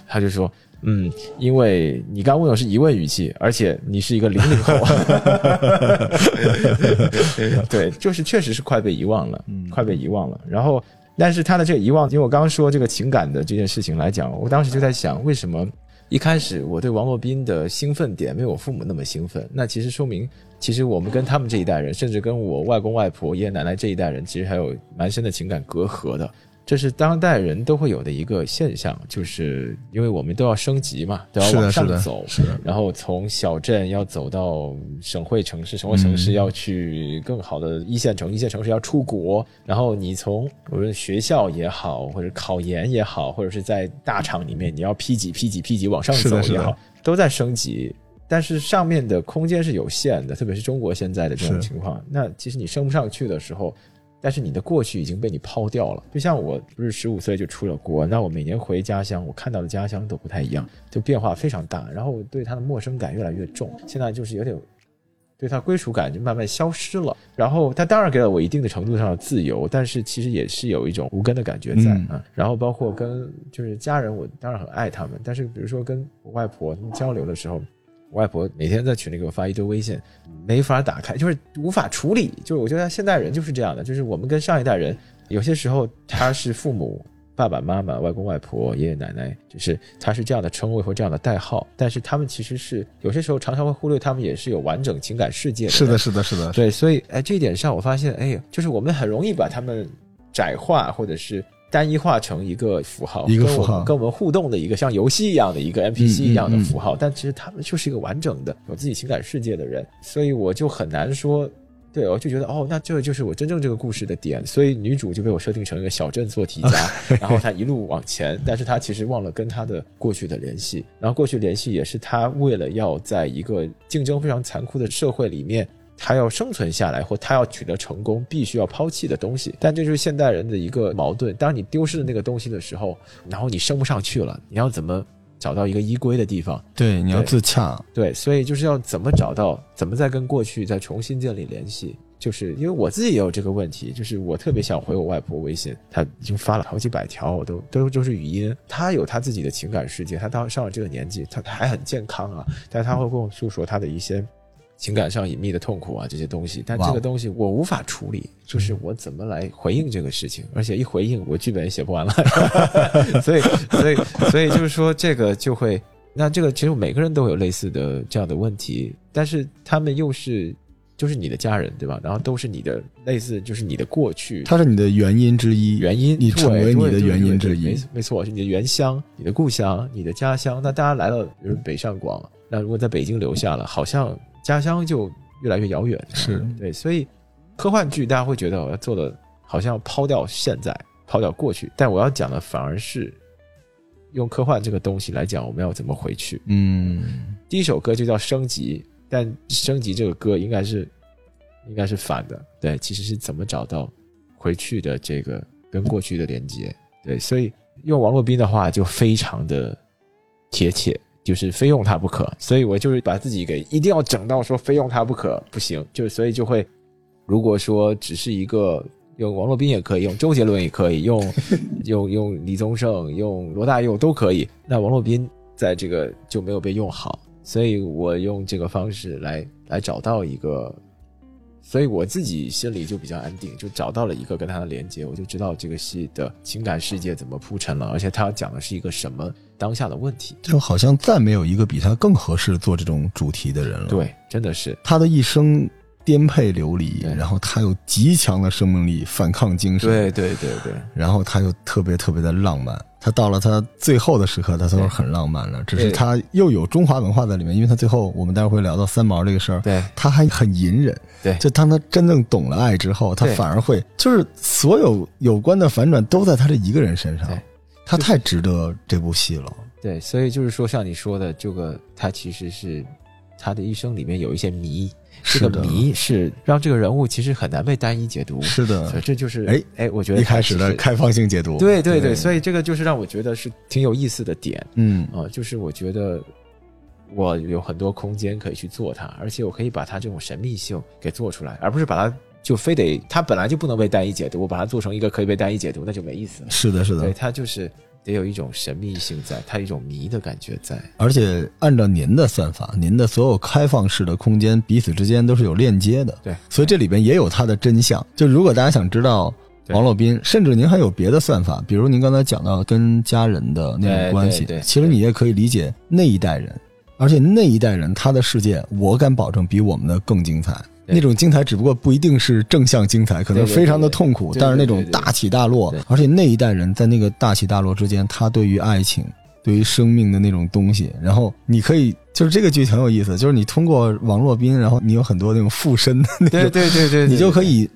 S2: 他就说。嗯，因为你刚问我是疑问语气，而且你是一个零零 后，对，就是确实是快被遗忘了，
S1: 嗯
S2: 快被遗忘了。然后，但是他的这个遗忘，因为我刚刚说这个情感的这件事情来讲，我当时就在想，为什么一开始我对王洛宾的兴奋点没有我父母那么兴奋？那其实说明， 其实我们跟他们这一代人，甚至跟我外公外婆、爷爷奶奶这一代人，其实还有蛮深的情感隔阂的。这是当代人都会有的一个现象，就是因为我们都要升级嘛，都要
S1: 是的
S2: 往
S1: 是
S2: 上
S1: 的
S2: 走，
S1: 是的
S2: 然后从小镇要走到省会城市，省会城市要去更好的一线城，一线城市要出国，然后你从无论学校也好，或者考研也好，或者是在大厂里面你要 P 几 P 几 P 几往上
S1: 是
S2: 走
S1: 的是
S2: 也
S1: 的
S2: 好，都在升级。但是上面的空间是有限的，特别是中国现在的这种
S1: 是
S2: 情况，那其实你升不上去的时候，但是你的过去已经被你抛掉了。就像我不是十五岁就出了国，那我每年回家乡，我看到的家乡都不太一样，就变化非常大。然后我对它的陌生感越来越重，现在就是有点对它归属感就慢慢消失了。然后它当然给了我一定的程度上的自由，但是其实也是有一种无根的感觉在
S1: 嗯
S2: 啊。然后包括跟就是家人，我当然很爱他们，但是比如说跟我外婆交流的时候。我外婆每天在群里给我发一堆微信，没法打开，就是无法处理。就是我觉得现代人就是这样的，就是我们跟上一代人，有些时候他是父母、爸爸妈妈、外公外婆、爷爷奶奶，就是他是这样的称谓或这样的代号，但是他们其实是有些时候常常会忽略，他们也是有完整情感世界的。
S1: 是的，，是的，是的，
S2: 对，所以哎，这一点上我发现，哎，就是我们很容易把他们窄化，或者是。单一化成一个符号，
S1: 一个
S2: 跟我
S1: 符号
S2: 们跟我们互动的一个像游戏一样的一个 NPC
S1: 嗯嗯
S2: 一样的
S1: 嗯
S2: 符号，但其实他们就是一个完整的有自己情感世界的人，所以我就很难说，对，我就觉得哦，那这就是我真正这个故事的点，所以女主就被我设定成一个小镇做题家， 然后她一路往前，但是她其实忘了跟她的过去的联系，然后过去联系也是她为了要在一个竞争非常残酷的社会里面。她要生存下来，或她要取得成功，必须要抛弃的东西。但这就是现代人的一个矛盾。当你丢失了那个东西的时候，然后你升不上去了，你要怎么找到一个依归的地方？
S1: 对，你要
S2: 对
S1: 自洽，
S2: 对，所以就是要怎么找到，怎么再跟过去再重新建立联系。就是因为我自己也有这个问题，就是我特别想回我外婆微信，她已经发了好几百条，我都都都是语音。她有她自己的情感世界，她到上了这个年纪，她她还很健康啊，但她会跟我诉说她的一些情感上隐秘的痛苦啊这些东西，但
S1: 哇
S2: 这
S1: 哦
S2: 个东西我无法处理，就是我怎么来回应这个事情，而且一回应我剧本也写不完了， 所以所以所以就是说这个就会，那这个其实每个人都会有类似的这样的问题，但是他们又是就是你的家人对吧？然后都是你的类似就是你的过去，
S1: 它是你的原因之一，
S2: 原因，
S1: 你
S2: 对
S1: 成为你
S2: 对
S1: 的
S2: 对
S1: 原因
S2: 对
S1: 之
S2: 没
S1: 一，
S2: 没错，是你的原乡、你的故乡、你的家乡。那大家来了，比如北上广，那如果在北京留下了，好像家乡就越来越遥远。
S1: 是
S2: 对，所以科幻剧大家会觉得我要做的好像抛掉现在，跑脚过去。但我要讲的反而是用科幻这个东西来讲，我们要怎么回去。
S1: 嗯
S2: 第一首歌就叫《升级》，但《升级》这个歌应该是应该是反的，对，其实是怎么找到回去的这个跟过去的连接，对，所以用王洛宾的话就非常的贴切，就是非用它不可，所以我就是把自己给一定要整到说非用它不可不行，就所以就会如果说只是一个。用王洛宾也可以，用周杰伦也可以，用用用李宗盛、用罗大佑都可以。那王洛宾在这个就没有被用好，所以我用这个方式来来找到一个，呃所以我自己心里就比较安定，就找到了一个跟他的连接，我就知道这个戏的情感世界怎么铺陈了，而且他讲的是一个什么当下的问题。
S1: 就好像再没有一个比他更合适做这种主题的人了。，
S2: 对，真 的是
S1: 他的一生颠沛流离，
S2: 对
S1: 然后他有极强的生命力、反抗精神，
S2: 对对对对，
S1: 然后他又特别特别的浪漫。他到了他最后的时刻，他都是很浪漫了。只是
S2: 对
S1: 他又有中华文化在里面，因为他最后我们待会儿会聊到三毛这个事儿，
S2: 对
S1: 他还很隐忍。
S2: 对
S1: 就当他真正懂了爱之后，他
S2: 对
S1: 反而会就是所有有关的反转都在他这一个人身上
S2: 对，
S1: 他太值得这部戏了。
S2: 对，所以就是说，像你说的，这个他其实是他的一生里面有一些谜，
S1: 是
S2: 这
S1: 的
S2: 个谜是让这个人物其实很难被单一解读。
S1: 是
S2: 所以
S1: 的，
S2: 这就是
S1: 哎
S2: 哎，我觉得
S1: 一开始
S2: 他其
S1: 的
S2: 实
S1: 开放性解读，
S2: 对对
S1: 对
S2: 对，所以这个就是让我觉得是挺有意思的点
S1: 嗯，
S2: 啊、就是我觉得我有很多空间可以去做它，而且我可以把它这种神秘性给做出来，而不是把它就非得它本来就不能被单一解读，我把它做成一个可以被单一解读，那就没意思了。
S1: 是的，是
S2: 对，
S1: 的。
S2: 它就是得有一种神秘性在，它有一种迷的感觉在。
S1: 而且按照您的算法，您的所有开放式的空间彼此之间都是有链接的，
S2: 对，
S1: 所以这里边也有它的真相。就如果大家想知道。
S2: 对
S1: 王洛宾，甚至您还有别的算法，比如您刚才讲到跟家人的那种
S2: 对
S1: 关系
S2: 对对，
S1: 其实你也可以理解那一代人，而且那一代人他的世界，我敢保证比我们的更精彩。
S2: 对
S1: 那种精彩只不过不一定是正向精彩，可能
S2: 对对
S1: 非常的
S2: 对对
S1: 痛苦，
S2: 对对
S1: 但是那种
S2: 对对对
S1: 大起大落
S2: 对，
S1: 而且那一代人在那个大起大落之间，他对于爱情、对于生命的那种东西，然后你可以就是这个剧很有意思，就是你通过王洛宾，然后你有很多那种附身的那
S2: 对
S1: 种，
S2: 对对 对，
S1: 你就可
S2: 以
S1: 以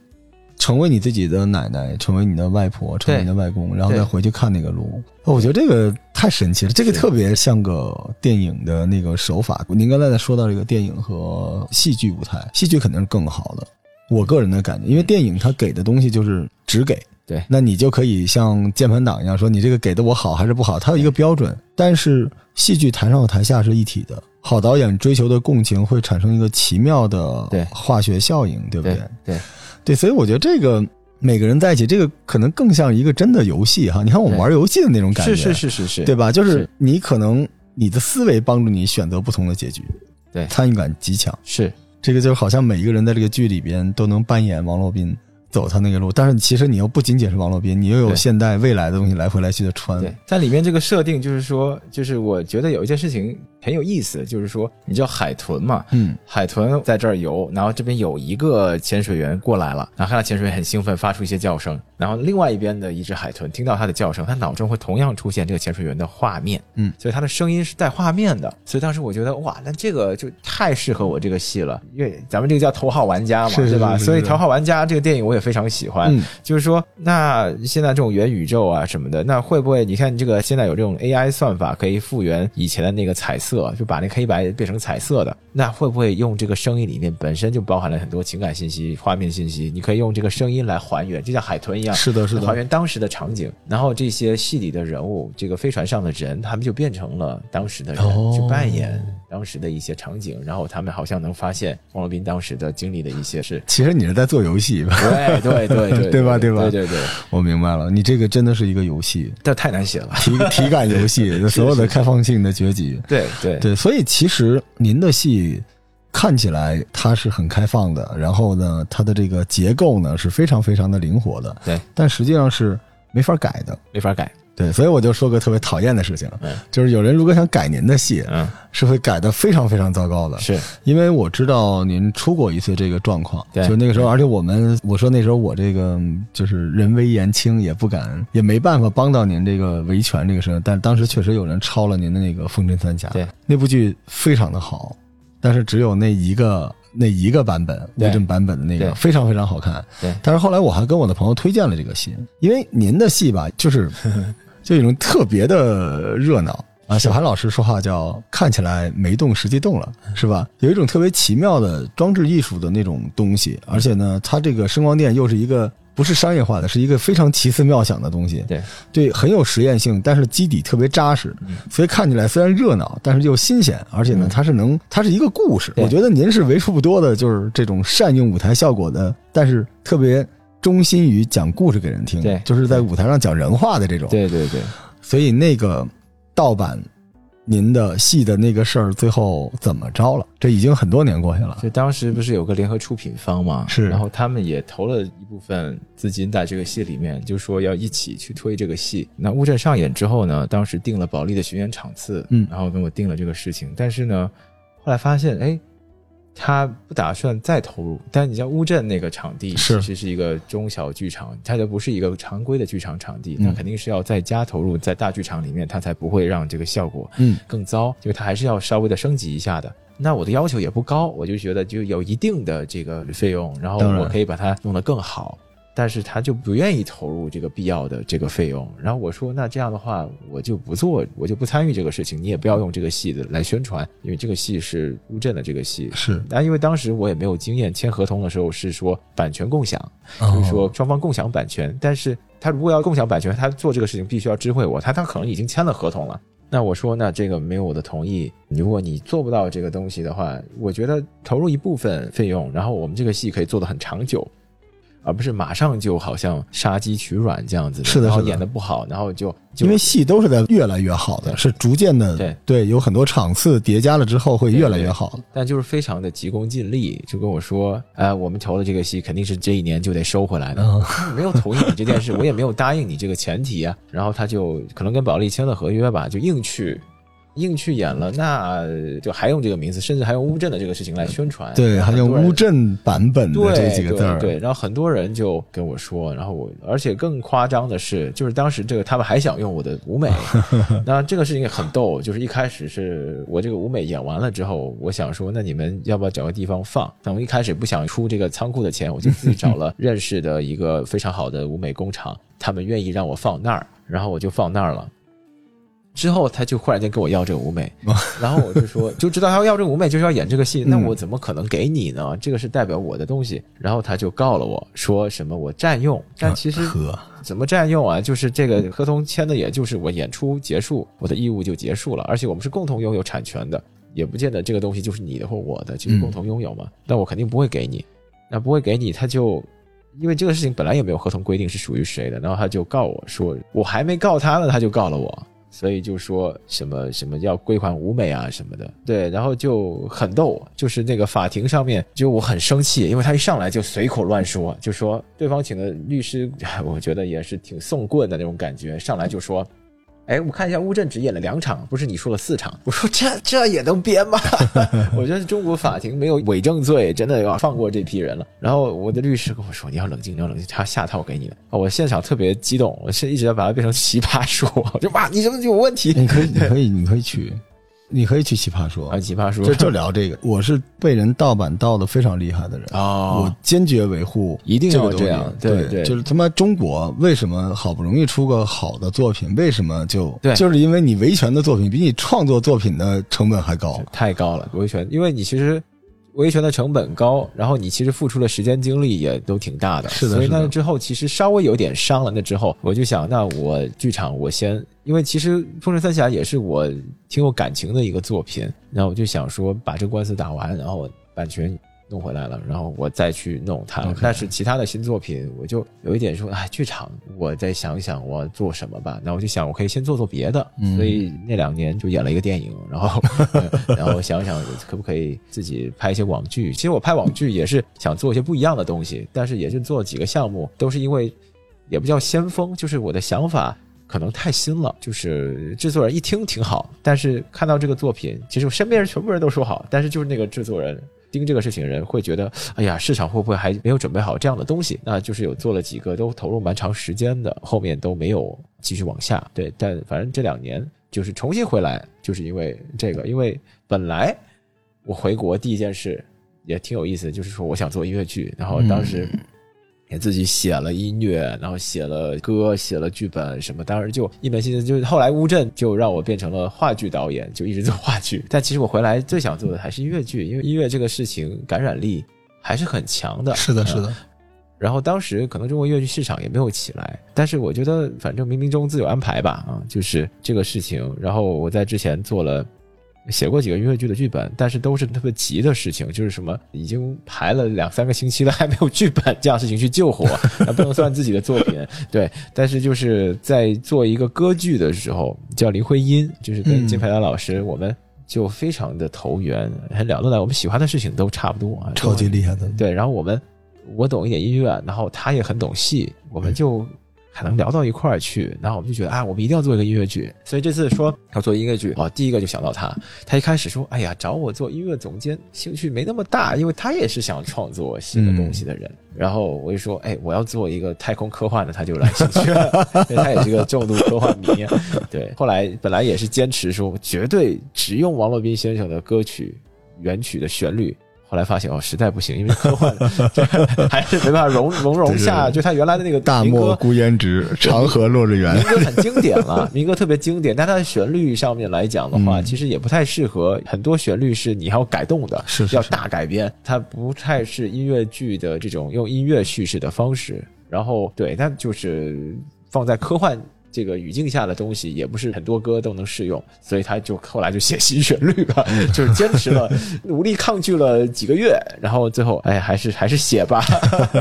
S1: 成为你自己的奶奶，成为你的外婆，成为你的外公，然后再
S2: 对
S1: 回去看那个炉。哦我觉得这个太神奇了，这个
S2: 是
S1: 特别像个电影的那个手法。您刚才在说到这个电影和戏剧舞台，戏剧肯定是更好的。我个人的感觉，因为电影它给的东西就是只给，
S2: 对
S1: 那你就可以像键盘党一样说你这个给的我好还是不好，它有一个标准。但是戏剧台上和台下是一体的，好导演追求的共情会产生一个奇妙的
S2: 对
S1: 化学效应，对不
S2: 对
S1: 对？
S2: 对
S1: 对，所以我觉得这个每个人在一起，这个可能更像一个真的游戏哈。你看我们玩游戏的那种感觉，
S2: 是是是是是，
S1: 对吧？就是
S2: 是
S1: 你可能你的思维帮助你选择不同的结局，
S2: 对
S1: 参与感极强。
S2: 是
S1: 这个就好像每一个人在这个剧里边都能扮演王洛宾。走他那个路，但是其实你又不仅仅是王洛宾，你又有
S2: 对
S1: 现代、未来的东西来回来去的穿。
S2: 对，但里面这个设定就是说，就是我觉得有一件事情很有意思，就是说，你知道海豚嘛？
S1: 嗯，
S2: 海豚在这儿游，然后这边有一个潜水员过来了，然后看到潜水员很兴奋，发出一些叫声，然后另外一边的一只海豚听到它的叫声，它脑中会同样出现这个潜水员的画面，
S1: 嗯
S2: 所以它的声音是带画面的，所以当时我觉得哇，那这个就太适合我这个戏了，因为咱们这个叫头号玩家嘛，
S1: 是是
S2: 对吧？
S1: 是是
S2: 所以
S1: 是
S2: 头号玩家这个电影我也非常喜欢，
S1: 嗯
S2: 就是说，那现在这种元宇宙啊什么的，那会不会你看这个现在有这种 AI 算法可以复原以前的那个彩色，就把那黑白变成彩色的？那会不会用这个声音里面本身就包含了很多情感信息、画面信息？你可以用这个声音来还原，就像海豚一样，
S1: 是的，是
S2: 还
S1: 的，
S2: 原当时的场景。然后这些戏里的人物，这个飞船上的人，他们就变成了当时的人，
S1: 哦
S2: 去扮演当时的一些场景。然后他们好像能发现哦王洛宾当时的经历的一 些事。
S1: 其实你是在做游戏吧？
S2: 对对对对，
S1: 对吧对
S2: 对
S1: 吧
S2: 对对对。
S1: 我明白了，你这个真的是一个游戏，
S2: 但太难写了。
S1: 体体感游 戏，所有的开放性的结局。
S2: 对 对
S1: 对，所以其实您的戏看起来它是很开放的，然后呢，它的这个结构呢是非常非常的灵活的，
S2: 对，
S1: 但实际上是没法改的。
S2: 没法改。
S1: 对，所以我就说个特别讨厌的事情，
S2: 嗯
S1: 就是有人如果想改您的戏，
S2: 嗯，
S1: 是会改的非常非常糟糕的。
S2: 是
S1: 因为我知道您出过一次这个状况，
S2: 对
S1: 就那个时候，而且我们我说那时候我这个嗯就是人微言轻，也不敢也没办法帮到您这个维权这个事儿，但当时确实有人抄了您的那个《风筝三峡》，
S2: 对
S1: 那部剧非常的好，但是只有那一个那一个版本，
S2: 对
S1: 乌镇版本的那个
S2: 对
S1: 非常非常好看。
S2: 对
S1: 但是后来我还跟我的朋友推荐了这个戏，因为您的戏吧，就是就有一种特别的热闹啊。小韩老师说话叫看起来没动，实际动了，
S2: 嗯
S1: 是吧？有一种特别奇妙的装置艺术的那种东西，
S2: 嗯
S1: 而且呢，它这个声光电又是一个。不是商业化的，是一个非常奇思妙想的东西，
S2: 对
S1: 对，很有实验性，但是基底特别扎实，
S2: 嗯
S1: 所以看起来虽然热闹，但是又新鲜，而且呢，它是能，它是一个故事。
S2: 对
S1: 我觉得您是为数不多的，就是这种善用舞台效果的，但是特别忠心于讲故事给人听，
S2: 对
S1: 就是在舞台上讲人话的这种。，
S2: 对对对，
S1: 所以那个盗版您的戏的那个事儿，最后怎么着了？这已经很多年过去了。
S2: 就当时不是有个联合出品方嘛，
S1: 是
S2: 然后他们也投了一部分资金在这个戏里面，就说要一起去推这个戏。那乌镇上演之后呢，当时定了保利的巡演场次，
S1: 嗯
S2: 然后跟我定了这个事情，但是呢，后来发现，哎，他不打算再投入。但你像乌镇那个场地，
S1: 是
S2: 其实是一个中小剧场，它就不是一个常规的剧场场地，
S1: 嗯
S2: 那肯定是要在家投入，在大剧场里面，它才不会让这个效果
S1: 嗯，
S2: 更糟，就它还是要稍微的升级一下的。那我的要求也不高，我就觉得就有一定的这个费用，然后
S1: 当然
S2: 我可以把它弄得更好。但是他就不愿意投入这个必要的这个费用，然后我说那这样的话我就不做，我就不参与这个事情，你也不要用这个戏的来宣传，因为这个戏是乌镇的这个戏。
S1: 是，
S2: 那因为当时我也没有经验，签合同的时候是说版权共享，就
S1: 就是
S2: 说双方共享版权。但是他如果要共享版权，他做这个事情必须要知会我，他他可能已经签了合同了。那我说，那这个没有我的同意，如果你做不到这个东西的话，我觉得投入一部分费用，然后我们这个戏可以做得很长久，而不是马上就好像杀鸡取卵这样子
S1: 是的
S2: 然后
S1: 是的
S2: 演得不好，然后就就
S1: 因为戏都是在越来越好的，
S2: 对
S1: 是逐渐的，
S2: 对
S1: 有很多场次叠加了之后会越来越好的。
S2: 但就是非常的急功近利，就跟我说，哎，我们投了这个戏，肯定是这一年就得收回来的。
S1: 嗯
S2: 没有同意你这件 事，我也没有答应你这个前提啊。然后他就可能跟保利签了合约吧，就硬去硬去演了，那就还用这个名字，甚至还用乌镇的这个事情来宣传。
S1: 对，还用
S2: 很多人
S1: 乌镇版本的
S2: 对
S1: 这几个字儿，啊
S2: 对对，然后很多人就跟我说，然后我，而且更夸张的是，就是当时这个他们还想用我的 舞美，那这个事情也很逗，就是一开始是我这个舞美演完了之后，我想说，那你们要不要找个地方放？那我一开始不想出这个仓库的钱，我就自己找了认识的一个非常好的舞美工厂，他们愿意让我放那儿，然后我就放那儿了。之后他就忽然间跟我要这个 舞美，然后我就说，就知道他要这个舞美就是要演这个戏，那
S1: 哦嗯
S2: 我怎么可能给你呢？这个是代表我的东西。然后他就告了我说什么我占用，但其实
S1: 啊 呵，
S2: 怎么占用啊？就是这个合同签的，也就是我演出结束，我的义务就结束了，而且我们是共同拥有产权的，也不见得这个东西就是你的或我的，
S1: 嗯
S2: 就是共同拥有嘛。那我肯定不会给你，那不会给你，他就因为这个事情本来也没有合同规定是属于谁的，然后他就告我说，我还没告他呢，他就告了我。所以就说什么什么要归还舞美啊什么的，对，然后就很逗，就是那个法庭上面，就我很生气，因为他一上来就随口乱说，就说对方请的律师， 哎我觉得也是挺送棍的那种感觉，上来就说。哎，我看一下乌镇只演了两场，不是你说了四场？我说这这也能编吗？ 我觉得中国法庭没有伪证罪，真的要放过这批人了。然后我的律师跟我说：“你要冷静，你要冷静，他下套给你的。”啊我现场特别激动，我是一直要把它变成奇葩说，我就哇，你这么有问题
S1: 你可以，你可以，你可以去，你可以去奇葩说
S2: 啊！，奇葩说
S1: 就 就聊这个。我是被人盗版盗的非常厉害的人，
S2: 哦
S1: 我，坚决维护。
S2: 一定
S1: 这
S2: 要
S1: 个东西
S2: 这样，
S1: 对
S2: 对，
S1: 就是他妈中国为什么好不容易出个好的作品，为什么就
S2: 对
S1: 就是因为你维权的作品比你创作作品的成本还高，
S2: 太高了维权，因为你其实维权的成本高，然后你其实付出的时间精力也都挺大的，
S1: 是的
S2: 所以
S1: 是的
S2: 那之后其实稍微有点伤了，那之后我就想，那我剧场我先，因为其实《风神三峡》也是我挺有感情的一个作品，然后我就想说把这官司打完，然后版权。弄回来了，然后我再去弄它。
S1: OK
S2: 但是其他的新作品，我就有一点说，哎，剧场，我再想想我做什么吧。那我就想，我可以先做做别的。
S1: 嗯
S2: 所以那两年就演了一个电影，然后嗯然后想想可不可以自己拍一些网剧。其实我拍网剧也是想做一些不一样的东西，但是也就做了几个项目，都是因为也不叫先锋，就是我的想法可能太新了。就是制作人一听挺好，但是看到这个作品，其实我身边人全部人都说好，但是就是那个制作人。盯这个事情的人会觉得，哎呀，市场会不会还没有准备好这样的东西？那就是有做了几个，都投入蛮长时间的，后面都没有继续往下。对，但反正这两年就是重新回来，就是因为这个，因为本来我回国第一件事也挺有意思的，就是说我想做音乐剧，然后当时也自己写了音乐，然后写了歌，写了剧本什么，当时就一门心思就是后来乌镇就让我变成了话剧导演，就一直做话剧。但其实我回来最想做的还是音乐剧，因为音乐这个事情感染力还是很强的。
S1: 是的，
S2: 嗯
S1: 是的，
S2: 然后当时可能中国越剧市场也啊没有起来，但是我觉得反正冥冥中自有安排吧，啊，就是这个事情。然后我在之前做了。写过几个音乐剧的剧本，但是都是特别急的事情，就是什么已经排了两三个星期了还没有剧本这样的事情去救火，那不能算自己的作品。 对，但是就是在做一个歌剧的时候，叫林徽因，就是跟金培兰老师，我们就非常的投缘，很聊得来，我们喜欢的事情都差不多啊，
S1: 超级厉害的，
S2: 对，然后我们我懂一点音乐，然后他也很懂戏，我们就还能聊到一块儿去。然后我们就觉得啊，我们一定要做一个音乐剧。所以这次说要做音乐剧，哦我第一个就想到他。他一开始说，哎呀，找我做音乐总监兴趣没那么大，因为他也是想创作新的东西的人。然后我就说，哎，我要做一个太空科幻的，他就来兴趣了， 因为他也是个重度科幻迷。啊对，后来本来也是坚持说，绝对只用王洛宾先生的歌曲原曲的旋律。后来发现哦，实在不行，因为科幻 这还是没办法容容容下，
S1: 对对对
S2: 就他原来的那个
S1: 大
S2: 民
S1: 漠
S2: 歌，
S1: 孤烟直，长河落日圆
S2: 民。歌很经典了， 民歌特别经典，但它的旋律上面来讲的话，
S1: 嗯
S2: 其实也不太适合，很多旋律是你要改动的，
S1: 是是
S2: 要
S1: 是
S2: 大改编，它不太是音乐剧的这种用音乐叙事的方式。然后对，那就是放在科幻。这个语境下的东西也不是很多歌都能适用，所以他就后来就写新旋律 了，就是坚持了，无力抗拒了几个月，然后最后哎还是还是写吧，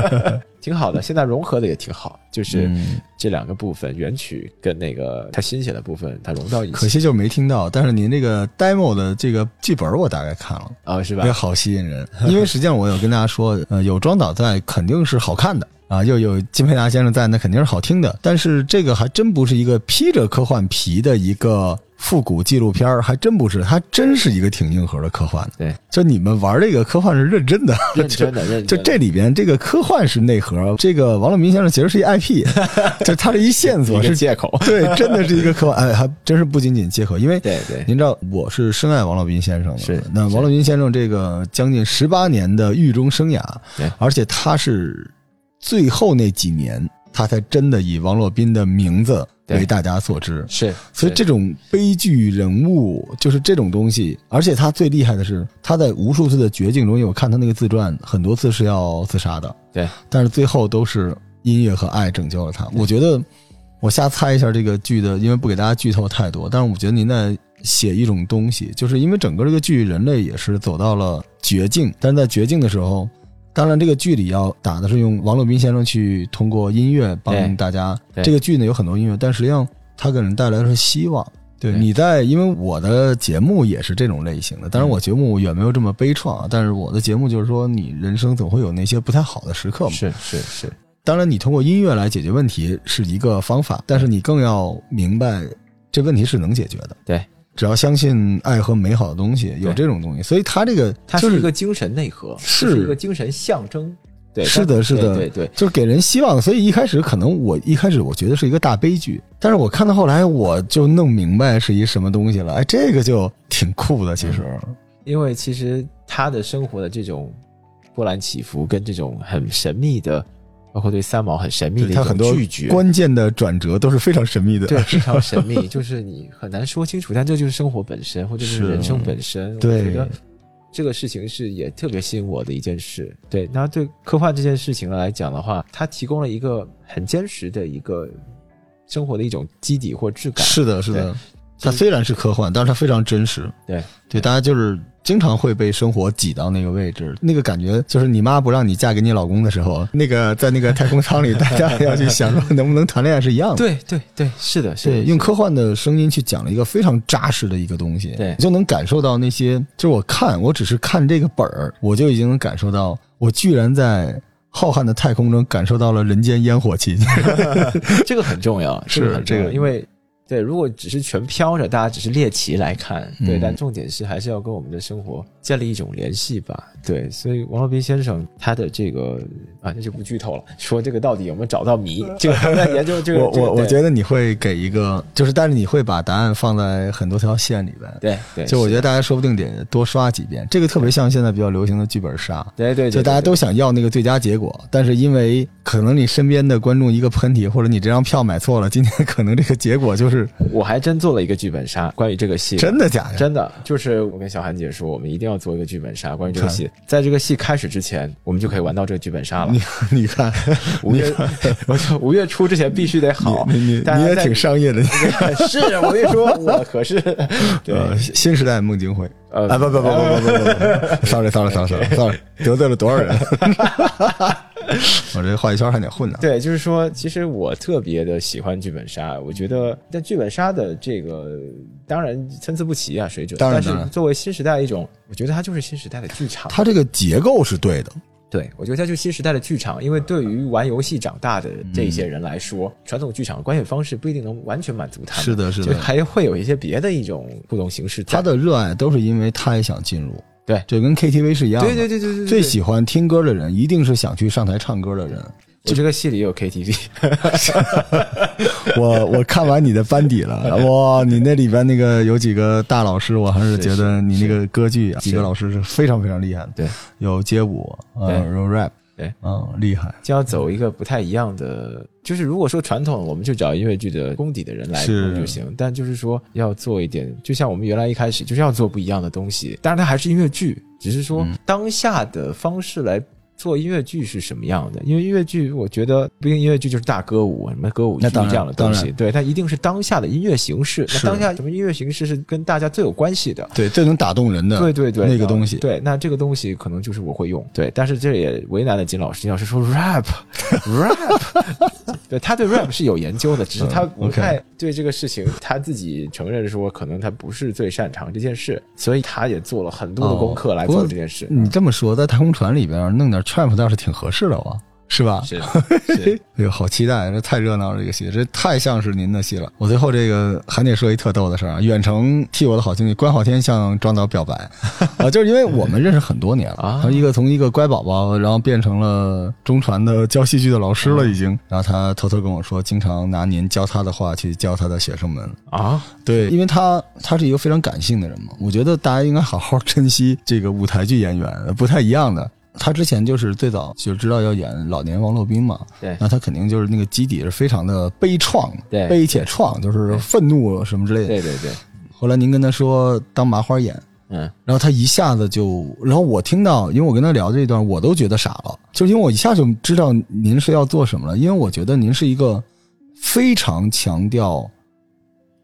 S2: 挺好的。现在融合的也挺好，就是
S1: 嗯
S2: 这两个部分，原曲跟那个他新写的部分，它融到一起，
S1: 可惜就没听到，但是您这个 demo 的这个剧本我大概看了，
S2: 啊、是吧
S1: 也？好吸引人。因为实际上我有跟大家说，呃，有庄导在肯定是好看的啊，又有金佩达先生在，那肯定是好听的。但是这个还真不是一个披着科幻皮的一个复古纪录片儿，还真不是，它真是一个挺硬核的科幻的。
S2: 对，
S1: 就你们玩这个科幻是认真 的，
S2: 认真的，认真的
S1: 就这里边这个科幻是内核，这个王乐明先生其实是一 IP，就它是一线索，
S2: 一
S1: 是
S2: 个借口，
S1: 对，真的是一个科幻，哎，还真是不仅仅借口，因为
S2: 对对，
S1: 您知道我是深爱王老斌先生的，
S2: 是
S1: 那王老斌先生这个将近十八年的狱中生涯
S2: 对，
S1: 而且他是最后那几年，他才真的以王洛宾的名字为
S2: 对
S1: 大家所知，
S2: 是，
S1: 所以这种悲剧人物就是这种东西，而且他最厉害的是，他在无数次的绝境中，因为我看他那个自传，很多次是要自杀的，
S2: 对，
S1: 但是最后都是音乐和爱拯救了他。我觉得，我瞎猜一下这个剧的，因为不给大家剧透太多，但是我觉得您在写一种东西，就是因为整个这个剧人类也是走到了绝境，但是在绝境的时候。当然，这个剧里要打的是用王洛宾先生去通过音乐帮
S2: 对
S1: 大家。
S2: 对
S1: 这个剧呢有很多音乐，但实际上它给人带来的是希望。对，
S2: 对
S1: 你在因为我的节目也是这种类型的，当
S2: 嗯
S1: 然我节目远没有这么悲怆啊，但是我的节目就是说，你人生总会有那些不太好的时刻嘛。
S2: 是是是，
S1: 当然，你通过音乐来解决问题是一个方法，但是你更要明白这问题是能解决的。
S2: 对，
S1: 只要相信爱和美好的东西，有
S2: 对
S1: 这种东西，所以它这个
S2: 它
S1: 就是
S2: 一个精神内核，
S1: 是
S2: 就是一个精神象征，对，
S1: 是的
S2: 它
S1: 是的
S2: 对对对，
S1: 就是给人希望，所以一开始可能我一开始我觉得是一个大悲剧，但是我看到后来我就弄明白是一什么东西了，哎，这个就挺酷的，其实，
S2: 因为其实他的生活的这种波澜起伏，跟这种很神秘的，包括对三毛很神秘的一
S1: 他很多
S2: 种拒绝，
S1: 关键的转折都是非常神秘的，
S2: 对，非常 神秘，就是你很难说清楚，但这就是生活本身，或者
S1: 是
S2: 是人生本身。我
S1: 对
S2: 觉得这个事情是也特别吸引我的一件事。对，那对科幻这件事情来讲的话，它提供了一个很坚实的一个生活的一种基底或质感。
S1: 是的，是的
S2: 对，
S1: 它虽然是科幻，但是它非常真实，
S2: 对
S1: 对，大家就是经常会被生活挤到那个位置，那个感觉就是你妈不让你嫁给你老公的时候，那个在那个太空舱里，大家要去想说能不能谈恋爱是一样的，
S2: 对对对，是的，是的
S1: 嗯对，，用科幻的声音去讲了一个非常扎实的一个东西，
S2: 对
S1: 你就能感受到那些，就是我看，我只是看这个本儿，我就已经能感受到，我居然在浩瀚的太空中感受到了人间烟火气，
S2: 这个很重要，这个
S1: 是
S2: 很重要
S1: 这个
S2: 因为对，如果只是全飘着，大家只是猎奇来看，对，
S1: 嗯
S2: 但重点是还是要跟我们的生活建立一种联系吧。对，所以王洛宾先生他的这个啊，这就不剧透了， 说这个到底有没有找到 谜，这个还在研究这个。
S1: 我我我觉
S2: 得
S1: 得你会给一个，就是但是你会把答案放在很多条线里边。
S2: 对对，
S1: 就我觉得
S2: 得
S1: 大家说不定得多刷几遍，这个特别像现在比较流行的剧本杀，
S2: 对对，对
S1: 就大家
S2: 对
S1: 都想要那个最佳结果，但是因为可能你身边的观众一个喷嚏，或者你这张票买错了，今天可能这个结果就是
S2: 我还真做了一个剧本杀，关于这个戏，
S1: 真的假的。
S2: 真的就是我跟小韩姐说，我们一定要做一个剧本杀，关于这个戏，在这个戏开始之前，我们就可以玩到这个剧本杀了
S1: 你。你看，
S2: 五月， 我就五月初之前必须得好
S1: 你你，
S2: 大
S1: 你
S2: 家
S1: 也
S2: 在
S1: 挺商业的，你
S2: 是，啊我跟你说，我 可是对
S1: 呃，新时代孟京辉
S2: 呃
S1: 啊，不不不不不不不不，sorry sorry sorry sorry sorry，得罪了多少人？我这话语圈还得混呢。
S2: 对，就是说，其实我特别的喜欢剧本杀，我觉得但剧本杀的这个当然参差不齐啊，水准，
S1: 当然
S2: 但
S1: 当然
S2: 是作为新时代一种，我觉得它就是新时代的剧场。
S1: 它这个结构是对的，
S2: 对，我觉得它就是新时代的剧场，因为对于玩游戏长大的这
S1: 嗯
S2: 一些人来说，传统剧场的观演方式不一定能完全满足他们。
S1: 是的是的
S2: 就还会有一些别的一种互动形式在。
S1: 他的热爱都是因为他也想进入，
S2: 对
S1: 这跟 KTV 是一样的。
S2: 对对对对对对，
S1: 最喜欢听歌的人，一定是想去上台唱歌的人。
S2: 就这个戏里也有 KTV，
S1: 我我看完你的班底了， 哇，你那里边那个有几个大老师，我还是觉得你那个歌剧啊几个老师是非常非常厉害的。
S2: 对，
S1: 有街舞，
S2: 对
S1: 嗯，有 rap，
S2: 对，
S1: 嗯，厉害。
S2: 就要走一个不太一样的。就是如果说传统，我们就找音乐剧的功底的人来
S1: 是
S2: 录就行。但就是说要做一点，就像我们原来一开始就是要做不一样的东西。当然，它还是音乐剧，只是
S1: 嗯
S2: 说当下的方式来做音乐剧是什么样的。因为音乐剧，我觉得不一定音乐剧就是大歌舞、什么歌舞剧
S1: 那当然
S2: 这样的东
S1: 当
S2: 西。对，它一定是当下的音乐形式。那
S1: 是
S2: 当下什么音乐形式是跟大家最有关系的？
S1: 对，最能打动人的，
S2: 对对对，
S1: 那个
S2: 然后
S1: 东西
S2: 对，那这个东西可能就是我会用，对，但是这也为难了金老师。金老师说 rap rap，对， 他对 rap 是有研究的，只是他不
S1: 嗯 OK
S2: 太对这个事情，他自己承认说可能他不是最擅长这件事，所以他也做了很多的功课来
S1: 哦不过
S2: 做这件事。
S1: 你这么说，在太空船里边弄点 trap 倒是挺合适的哇，是吧？
S2: 是是，
S1: 哎呦，好期待！这太热闹了，这个戏，这太像是您的戏了。我最后这个还得说一特逗的事儿啊，远程替我的好兄弟关浩天向庄导表白啊，就是因为我们认识很多年了，
S2: 啊
S1: 他一个从一个乖宝宝，然后变成了中传的教戏剧的老师了，已经。然后他偷偷跟我说，经常拿您教他的话去教他的学生们。
S2: 啊，
S1: 对，因为他他是一个非常感性的人嘛，我觉得大家应该好好珍惜这个舞台剧演员，不太一样的。他之前就是最早就知道要演老年王洛宾嘛，
S2: 对
S1: 那他肯定就是那个基底是非常的悲怆，
S2: 对
S1: 悲且怆，就是愤怒什么之类的。
S2: 对对对，
S1: 后来您跟他说当麻花演，
S2: 嗯，
S1: 然后他一下子就，然后我听到，因为我跟他聊这一段，我都觉得傻了，就是因为我一下就知道您是要做什么了，因为我觉得您是一个非常强调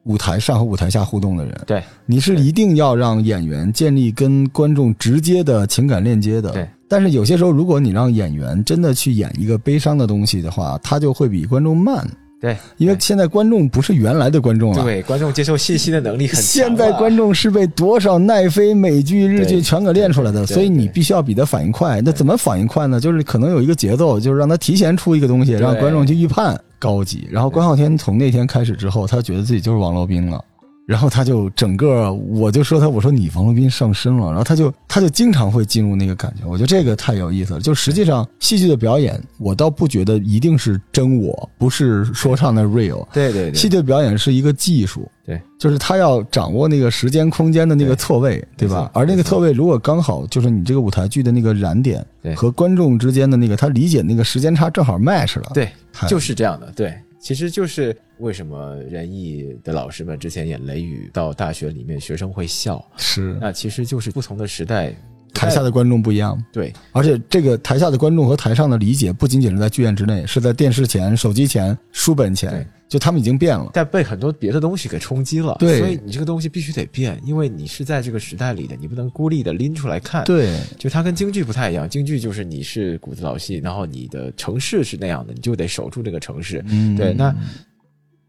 S1: 舞台上和舞台下互动的人，
S2: 对
S1: 你是一定要让演员建立跟观众直接的情感链接的。
S2: 对。
S1: 但是有些时候，如果你让演员真的去演一个悲伤的东西的话，他就会比观众慢，
S2: 对，
S1: 因为
S2: 对
S1: 现在观众不是原来的观众了。
S2: 对观众接受信息的能力很强啊，
S1: 现在观众是被多少奈飞、美剧、日剧
S2: 对
S1: 全给练出来的，
S2: 对对
S1: 所以你必须要比他反应快。那怎么反应快呢？就是可能有一个节奏，就是让他提前出一个东西，让观众去预判高级。然后关浩天从那天开始之后，他觉得自己就是王洛宾了。然后他就整个，我就说他，我说你王洛宾上身了，然后他就他就经常会进入那个感觉，我觉得这个太有意思了。就实际上戏剧的表演，我倒不觉得一定是真我，不是说唱的 real，
S2: 对对
S1: 戏
S2: 对
S1: 剧表演是一个技术，
S2: 对，
S1: 就是他要掌握那个时间空间的那个
S2: 对
S1: 错位，对
S2: 没
S1: 吧
S2: 错？
S1: 而那个错位如果刚好就是你这个舞台剧的那个燃点
S2: 对
S1: 和观众之间的那个他理解那个时间差正好 match 了，
S2: 对，
S1: 太，
S2: 就是这样的，对，其实就是为什么仁义的老师们之前演《雷雨》，到大学里面学生会笑，
S1: 是
S2: 那其实就是不呃同的时代，
S1: 嗯台下的观众不一样，
S2: 对
S1: 而且这个台下的观众和台上的理解不仅仅是在剧院之内，是在电视前、手机前、书本前
S2: 对，
S1: 就他们已经变了。
S2: 但被很多别的东西给冲击了，
S1: 对
S2: 所以你这个东西必须得变，因为你是在这个时代里的，你不能孤立的拎出来看，，
S1: 对，
S2: 就它跟京剧不太一样，京剧就是你是骨子老戏，然后你的城市是那样的，你就得守住这个城市，
S1: 嗯
S2: 对，那。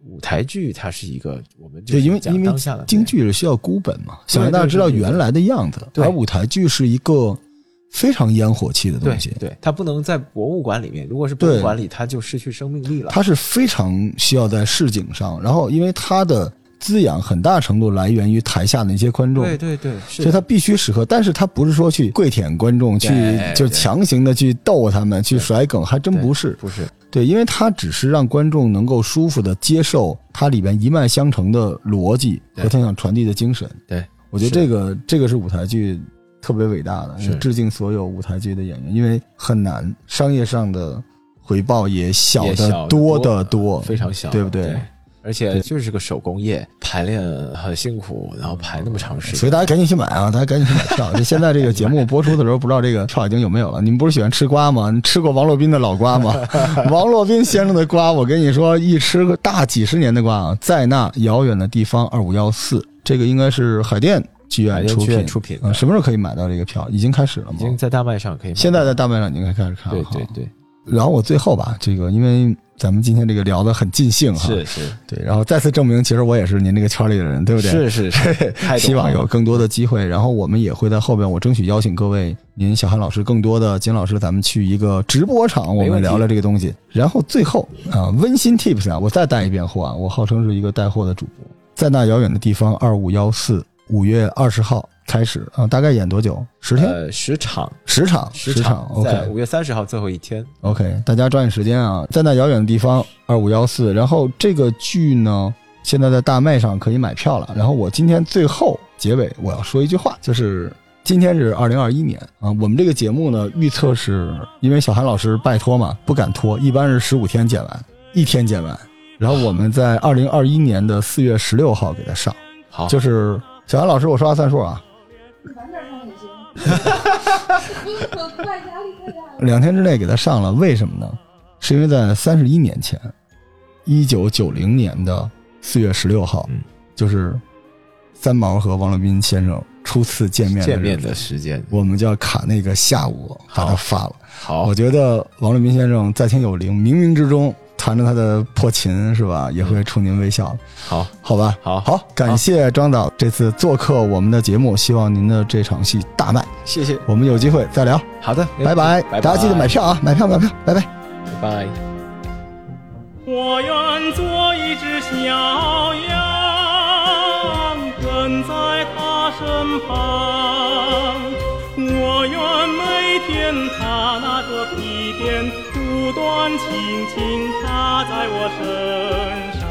S2: 舞台剧它是一个，我们
S1: 对，
S2: 是
S1: 因为
S2: 讲
S1: 因为
S2: 当下的
S1: 京剧是需要孤本嘛，想让大家知道原来的样子，
S2: 对对对
S1: 而舞台剧是一个非常烟火气的
S2: 对
S1: 东西，
S2: 对，它不能在博物馆里面，如果是博物馆里，它就失去生命力了。
S1: 它是非常需要在市井上，然后因为它的滋养很大程度来源于台下那些观众。
S2: 对对对，是
S1: 所以它必须适合，但是它不是说去跪舔观众，去
S2: 对
S1: 就
S2: 对
S1: 强行的去逗他们，去
S2: 对
S1: 甩梗，还真
S2: 对
S1: 不是。
S2: 不是
S1: 对，因为它只是让观众能够舒服的接受它里边一脉相承的逻辑和
S2: 对
S1: 他想传递的精神。
S2: 对，
S1: 我觉得
S2: 是
S1: 这个这个是舞台剧特别伟大的，
S2: 是
S1: 致敬所有舞台剧的演员，因为很难，商业上的回报也小
S2: 也
S1: 得
S2: 小得
S1: 多
S2: 多
S1: 得多。
S2: 非常小，
S1: 对不对
S2: 对？而且就是个手工业，排练很辛苦，然后排那么长时间，
S1: 所以大家赶紧去买啊！大家赶紧去买票。就现在这个节 目播出的时候，不知道这个票已经有没有了。你们不是喜欢吃瓜吗？你吃过王洛宾的老瓜 吗？王洛宾先生的瓜，我跟你说，一吃个大几十年的瓜啊！在那遥远的地方，二五幺四，这个应该是海淀剧
S2: 海
S1: 院
S2: 淀
S1: 出
S2: 剧
S1: 品
S2: 院。出品
S1: 啊，
S2: 的，
S1: 什么时候可以买到这个票？已经开始了
S2: 已
S1: 吗？
S2: 经在大麦上可以买到。
S1: 现在啊在大麦上已经开始看了
S2: 对
S1: 哈。
S2: 对对，
S1: 然后我最后吧，这个因为咱们今天这个聊得很尽兴哈，
S2: 是是，
S1: 对，然后再次证明，其实我也是您这个圈里的人，对不对？
S2: 是是是，太懂
S1: 希望
S2: 了
S1: 有更多的机会，然后我们也会在后边，我争取邀请各位，您小韩老师更多的金老师，咱们去一个直播场，我
S2: 没
S1: 们
S2: 问题
S1: 聊聊这个东西。然后最后啊，温馨 tips 啊，我再带一遍货啊，我号称是一个带货的主播，在那遥远的地方，二五幺四，五月二十号开始啊，大概演多久？十天，
S2: 呃十场
S1: 十场，
S2: 十
S1: 场，OK，
S2: 在五月三十号最后一天，
S1: OK，大家抓紧时间啊，在那遥远的地方二五幺四。然后这个剧呢，现在在大麦上可以买票了。然后我今天最后结尾我要说一句话，就是今天是二零二一年啊，我们这个节目呢预测是因为小韩老师拜托嘛，不敢拖，一般是十五天剪完，一天剪完。然后我们在二零二一年的四月十六号给他上，
S2: 好，
S1: 就是小韩老师，我说话算数啊，
S3: 晚点上也行。 我怪压力太大了。
S1: 两天之内给他上了，为什么呢？是因为在三十一年前，一九九零年的四月十六号，
S2: 嗯
S1: 就是三毛和王洛宾先生初次见面的
S2: 见
S1: 日
S2: 面
S1: 子
S2: 的时间，
S1: 我们就要卡那个下午把它
S2: 好
S1: 发了。
S2: 好
S1: 我，觉得王洛宾先生在天有灵，冥冥之中弹着他的破琴是吧，也会冲您微笑，
S2: 好，
S1: 好吧？
S2: 嗯好
S1: 好，感谢张导这次做客我们的节目，希望您的这场戏大卖。
S2: 谢谢，
S1: 我们有机会再聊，
S2: 好的，没问题
S1: 拜拜！
S2: 嗯拜拜，
S1: 大家记得买，票啊，买票买票，拜拜。
S2: 拜拜。
S4: 我愿做一只小羊，跟在他身旁。我愿每天他那个皮鞭不断轻轻踏在我身上。